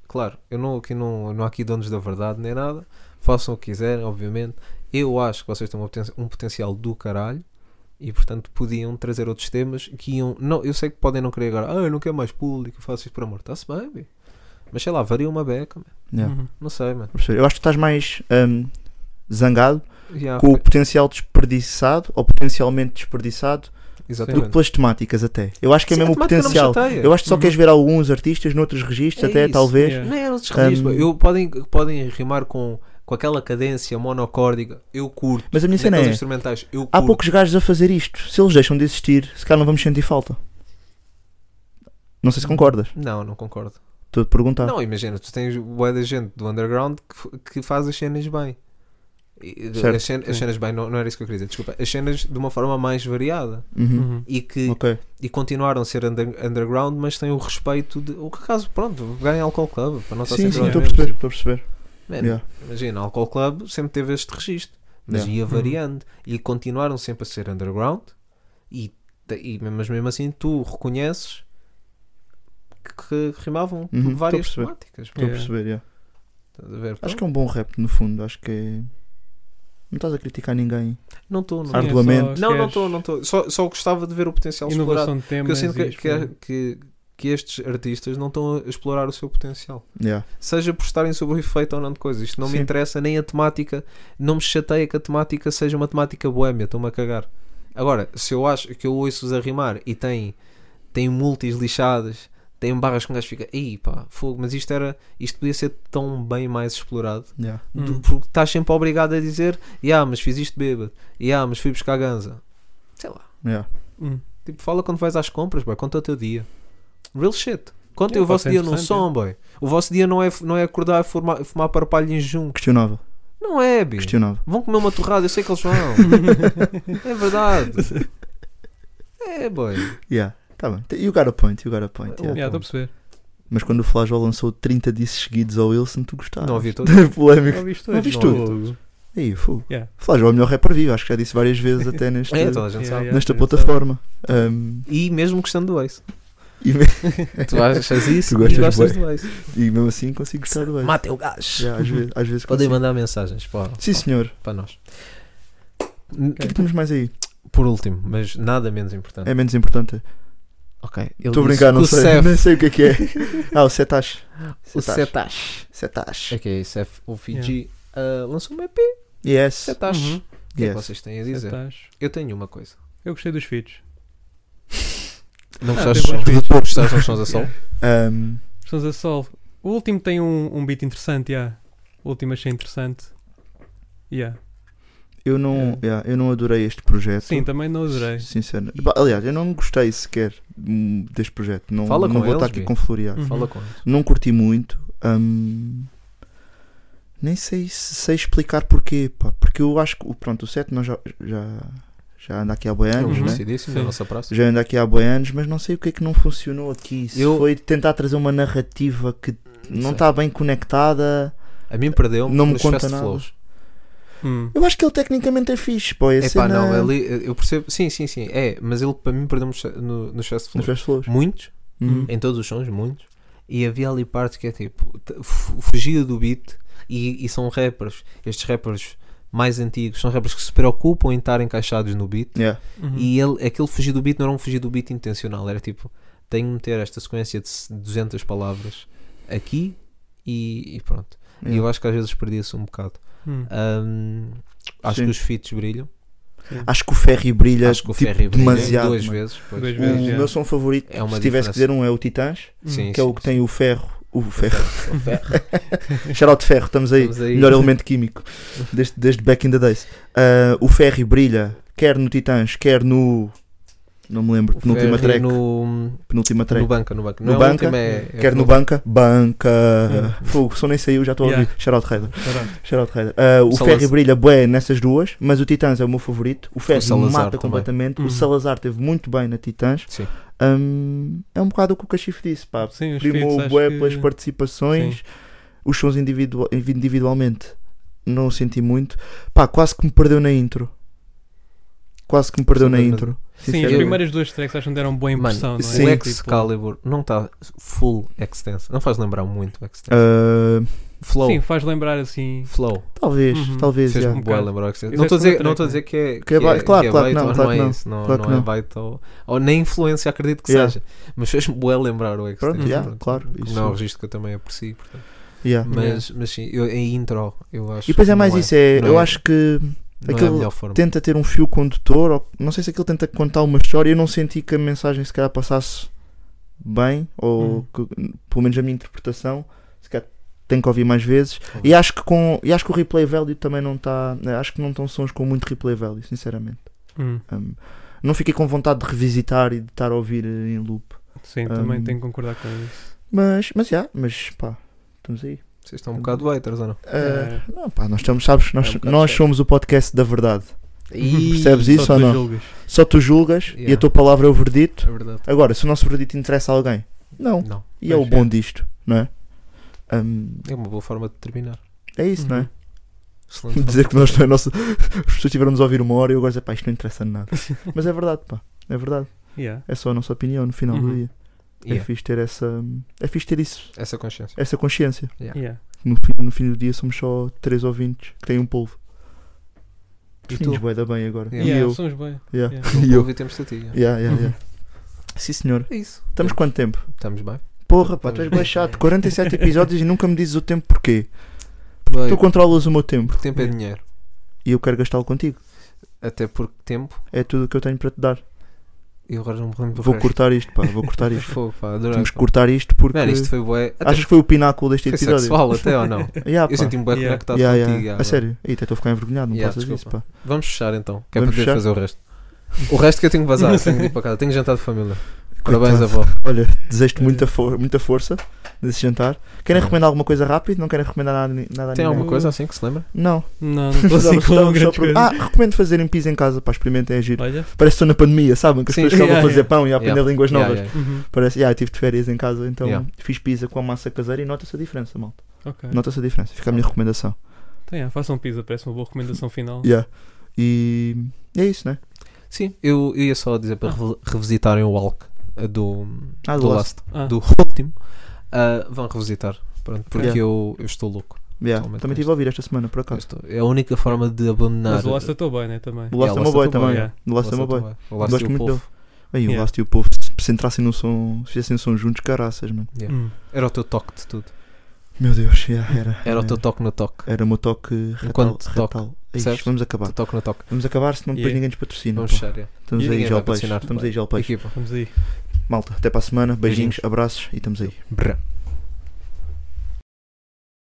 claro, eu não, aqui não, não há aqui donos da verdade nem nada, façam o que quiserem, obviamente. Eu acho que vocês têm uma poten- um potencial do caralho e portanto podiam trazer outros temas que iam. Não, eu sei que podem não querer agora, ah, eu não quero mais público, eu faço isto por amor, está-se bem, bi. mas sei lá, varia uma beca, man.
Yeah.
Uhum.
não sei, mano.
Estou a perceber. Eu acho que estás mais hum, zangado
Yeah,
com o
ok.
potencial desperdiçado ou potencialmente desperdiçado do que
Exatamente.
pelas temáticas até. Eu acho que é
Sim, a
mesmo o
temática não me
potencial.
chateia.
Eu acho que só
Uhum.
queres ver alguns artistas noutros registros,
É
até
isso,
talvez.
Yeah.
Não é eles desregistram.
Um,
Eu podem, podem rimar com, com aquela cadência monocórdica, eu curto.
Mas a minha cena
Naqueles
é:
instrumentais, eu
há
curto.
poucos gajos a fazer isto. Se eles deixam de existir, se calhar não vamos sentir falta. Não sei se concordas.
Não, não concordo.
Estou a perguntar.
Uhum. Não, imagina, tu tens boa da gente do underground que, f- que faz as cenas bem. E-
Certo,
as, cen- as
sim.
cenas bem, não, não era isso que eu queria dizer, desculpa. As cenas de uma forma mais variada
Uhum.
Uhum.
e que
Ok.
e continuaram a ser under- underground, mas têm o respeito de. O que acaso, pronto, ganha Alcohol Club, para não estar
Sim,
sempre
sim,
lá
estou a
mesmo.
perceber. Estou a perceber.
Man,
Yeah.
Imagina, Alcohol Club sempre teve este registro, mas
Yeah. Uhum.
ia variando e continuaram sempre a ser underground. E, te- e, mas mesmo assim, tu reconheces que, que rimavam
Uhum,
várias
estou a
temáticas.
Estou a
Yeah.
perceber, yeah.
Estás a ver?
Acho que é um bom rap, no fundo. Acho que é. Não estás a criticar ninguém.
Não estou, não
Sim, é só
Arduamente.
Não, não
queres
estou, não estou. Só, só gostava de ver o potencial explorado.
Inovação de
Porque eu
temas.
sinto que, é-
e explorar.
que, que, que estes artistas não estão a explorar o seu potencial.
Yeah.
Seja por estarem sob o efeito ou não de coisas. Isto não me
Sim.
interessa, nem a temática. Não me chateia que a temática seja uma temática boémia. Estou-me a cagar. Agora, se eu acho que eu ouço-vos a rimar e tem, tem multis lixadas, tem barras que um gajo fica, ei pá, fogo, mas isto era, isto podia ser tão bem mais explorado.
Yeah.
Do-
Hum.
Porque estás sempre obrigado a dizer, yeah, mas fiz isto bêbado, yeah, mas fui buscar ganza. Sei lá,
Yeah.
Hum.
tipo, fala quando vais às compras, boy, conta o teu dia. Real shit. Contem
Yeah,
o
pode
vosso
ser
dia num
interessante,
som, boy. O vosso dia não é, não é acordar e fumar, fumar parpalho em junho.
Questionável,
Não é, bicho.
questionável.
Vão comer uma torrada, eu sei que eles vão. é verdade. É, boy.
Yeah. Tá bem. You got a point, you got a point.
Hum.
yeah.
Yeah, Estou a perceber.
Mas quando o Flajol lançou 30 disses seguidos ao Wilson, tu gostaste.
Não ouvi todo.
Polémico.
Não viste
Não viste tudo? Aí, fogo.
Yeah.
Flajol é o melhor rapper vivo, acho que já disse várias vezes até neste,
É, toda a gente
Yeah,
sabe.
yeah.
nesta
toda a gente
plataforma. Um,
E mesmo gostando do Ace.
e, me-
Tu achas isso
Tu gostas
e gostas
bué.
do Ace.
e mesmo assim consigo gostar do Ace.
Mata o gajo.
Yeah, às vezes, às vezes
Podem
consigo.
mandar mensagens para,
Sim, senhor.
para nós.
O que é que temos mais aí?
Por último, mas nada menos importante.
É menos importante.
Ok. ele
Estou a
disse
brincar,
que
não
o
sei.
Cef,
Nem sei o que é que é. Ah, o Setash.
o É
Setash.
Setash.
Setash.
Ok, Cef, o Fiji ah, lançou um EP.
Yes.
Setash.
Uhum.
O que é que
Yes.
vocês têm a
perceber.
dizer?
Estás-
Eu tenho uma coisa.
Eu gostei dos feeds.
Não
Ah,
gostaste
tem bons
dos
beats.
sons? Gostaste dos sons a sol?
Um,
Sons a Sol. O último tem um, um beat interessante, yeah. O último achei interessante. Yeah.
eu,
É.
não, yeah, eu não adorei este projeto.
Sim, também não adorei.
Sincero. Bah, Aliás, eu não gostei sequer hum, deste projeto. Não,
Fala
não
com
vou estar
eles, Hum.
aqui
Bi.
com florear.
Uhum.
Fala com eles.
Não curti muito. hum, nem sei, se- sei explicar porquê. pá, porque eu acho que o- pronto, o set nós já, já, já anda aqui há boi anos,
Uhum.
né?
É um Conhecidíssimo
Sim.
da nossa praça.
já ando aqui há boi anos, mas não sei o que é que não funcionou aqui. Se
Eu-
foi tentar trazer uma narrativa que não
sei.
está bem conectada.
A mim perdeu-me
Não me
nos
conta
fast
nada.
flows.
Hum.
Eu acho que ele tecnicamente é fixe. Pô, é
É pá, não, ali, eu percebo. Sim, sim, sim. É, mas ele para mim perdeu-me nos- no, nos fast
Nos
flows.
Fast Flows.
Muitos,
Uhum.
em todos os sons, muitos. E havia ali parte que é tipo, t- fu- fugia do beat e, e são rappers, estes rappers mais antigos, são rappers que se preocupam em estar encaixados no beat.
Yeah.
Uhum.
E ele, aquele fugir do beat não era um fugir do beat intencional, era tipo, tenho de meter esta sequência de 200 palavras aqui e, e pronto. E eu acho que às vezes perdia-se um bocado.
Hum.
ah,
Hum, acho
Sim.
que os fits brilham.
Acho que o Ferry brilha
acho que o
tipo,
Ferry brilha
demasiado.
duas
mano.
vezes. pois.
Duas
O
vezes. já.
meu som favorito,
É uma
se tivesse
diferença.
que dizer um, é o Titãs,
Sim,
que é
sim,
o que
sim.
tem o ferro. O ferro.
O ferro.
Xarote Ferro, estamos aí.
Estamos aí.
Melhor elemento químico desde, desde back in the days. Ah, o Ferry brilha, quer no Titãs, quer no. Não me lembro,
O
penúltima
ferro
track.
No,
Penúltima track.
no banca, no banca.
No
Não é o
banca,
último, é- Hum. é
Quer no
penúltimo.
banca, banca. Fogo, o som nem saiu, já estou a
Yeah.
ouvir. Shoutout Raider.
Caralho.
Shoutout Raider. Ah, o
Salazar.
Ferry brilha bué nessas duas, mas o Titãs é o meu favorito. O Ferry
O Salazar
mata
também.
completamente.
Uhum.
O Salazar teve muito bem na Titãs.
Sim.
Hum, é um bocado o que o Cachif disse, pá.
Sim, os feeds,
primou o
acho
bué
que-
pelas participações, os sons individua- individualmente não o senti muito. Pá, quase que me perdeu na intro. Quase que me perdeu na
Sim,
intro.
Sim, as
sinceramente.
primeiras duas tracks acho que me deram boa impressão,
Mano,
não é?
sim.
o
Tipo,
Excalibur não está full extenso. Não faz lembrar muito o Extenso.
Ah,
Flow.
Sim, faz lembrar assim.
Flow.
talvez,
Uhum.
talvez,
Fez-me
já.
um
Um
boa
bocado.
lembrar o Extenso.
Fizeste
Não estou a dizer,
uma
não estou a dizer
track, né?
que é.
Que é ba- claro, claro que
baito,
não,
mas
claro que
é
não.
isso,
Claro que
não é
não.
baito ou- Ou nem influência, acredito que
Yeah.
seja. Mas fez-me boa lembrar o Extenso.
Pronto, já, claro.
Como
Isso,
Não é um registro que eu também aprecio, portanto.
já.
Mas, mas sim, eu, em intro, eu acho.
E depois é
que
mais
não
isso, é,
não
eu
é-
acho que
não é a
aquele
melhor forma.
tenta ter um fio condutor, ou, não sei se aquilo tenta contar uma história, eu não senti que a mensagem se calhar passasse bem, ou
Hum.
que, pelo menos a minha interpretação, se calhar tenho que ouvir mais vezes. E acho que com e acho que o replay value também não está, acho que não estão sons com muito replay value, sinceramente.
Hum,
Um, não fiquei com vontade de revisitar e de estar a ouvir eh, em loop.
sim, também
Hum.
tenho que concordar com isso.
Mas, mas já, mas pá, estamos aí.
Vocês estão um bocado haters ou não?
Ah,
É.
não, pá, nós estamos, sabes, nós,
É um bocado
nós
chato.
somos o podcast da verdade.
E-
Percebes isso
Só
ou
tu
não?
julgas.
Só tu julgas e a
Yeah.
tua palavra é o verdito.
É verdade.
Agora, se o nosso verdito interessa a alguém, não.
Não.
E é o
Pois
bom disto, não é? Hum,
É uma boa forma de terminar.
é isso, não é?
Excelente.
Dizer que nós, a nossa, as pessoas estiveram-nos a ouvir uma hora e eu agora dizer, pá, isto não interessa nada. Mas é verdade, pá, é verdade.
Yeah.
É só a nossa opinião no final do
Uhum.
dia. É
Yeah.
fixe ter essa. É fixe ter isso,
Essa consciência.
essa consciência.
Yeah.
Yeah.
No fim, no fim do dia somos só três ouvintes que têm um polvo.
E
Definimos
tu?
bué da bem agora.
Yeah.
E
Yeah,
eu.
somos bem.
Yeah.
Yeah.
E eu.
Ouvi tempos de ti. yeah.
Yeah, yeah, yeah. Sim, senhor.
É isso.
Estamos quanto tempo?
Estamos bem.
Porra, pá, tu és baixado. 47 episódios e nunca me dizes o tempo porquê.
Bem,
Tu controlas o meu tempo
tempo é dinheiro.
e eu quero gastá-lo contigo.
Ah, Até porque tempo.
É tudo o que eu tenho para te dar.
E agora não me lembro do
Vou
resto.
cortar isto, pá, vou cortar isto.
Fogo, pá, adorei,
Temos que
pá.
cortar isto porque.
Mano, isto foi bué. Até
Achas que foi o pináculo deste
foi
episódio?
sexual até ou não?
Yeah,
Eu
pá.
senti-me bem
Yeah.
conectado
Yeah, yeah.
contigo. yeah,
A
bro.
sério? Eita, estou a ficar envergonhado, não
Yeah,
passas isso,
desculpa.
pá.
Vamos fechar então, que é
Vamos
para
fechar?
poder fazer o resto. O resto que eu tenho que vazar, tenho que ir para casa, tenho jantar de família. Parabéns,
Coitado.
avó.
Olha, desejo-te muita, for- muita força nesse jantar. Querem
É.
recomendar alguma coisa rápido? Não querem recomendar nada, nada a
Tem
ninguém?
alguma coisa assim que se lembra?
Não.
Não, não estou
Estava-
assim
é
estava
com
só
grandes
por-
coisas.
Ah, recomendo fazerem pizza em casa, pá, experimentem, é giro.
Olha.
Parece que estou na pandemia, sabem? Que as
Sim,
pessoas estavam a
yeah,
fazer
yeah.
pão e É a aprender
Yeah.
línguas novas.
Yeah, yeah.
Uhum.
Parece, ah, eu tive de férias em casa, então
Yeah.
fiz pizza com a massa caseira e nota-se a diferença, malta.
Ok.
Nota-se a diferença, fica a minha recomendação.
Então, yeah, façam pizza, parece uma boa recomendação final.
Yeah. E e é isso, né?
Sim, eu, eu ia só dizer para revi- revisitarem o Hulk eh, do,
Ah,
do,
do
Last,
Ah.
do último. Ah, vão revisitar, pronto, porque
Yeah.
eu, eu estou louco.
Yeah.
Totalmente
Também estive a ouvir esta semana, por
Eu
acaso.
estou- é a única forma de abandonar.
Mas o Lasta estou bem, né? Também.
O Last
Yeah,
é uma
Last
boy
é tão bom,
também.
yeah.
O Last é uma boy.
também. O Last
Gosto
e o
muito
povo.
Aí o
Yeah.
Last e o povo, se se entrassem no som, se fizessem um som juntos, caraças, mano.
Yeah.
Hum.
Era o teu toque de tudo.
Meu Deus, yeah, era.
Era o teu toque no toque.
Era o meu toque É. retal.
Enquanto toque,
retal. Ixi,
percebes?
vamos
O teu
acabar.
toque no toque.
Vamos acabar, senão depois
Yeah.
ninguém nos patrocina.
Vamos
pá.
fechar. é.
Estamos
E
aí,
ninguém vai
gelpeixe.
patrocinar.
Estamos aí, gelpeixe.
Equipa.
Vamos aí.
Malta, até para a semana. Beijinhos,
Beijinhos.
abraços e estamos aí.
Brá.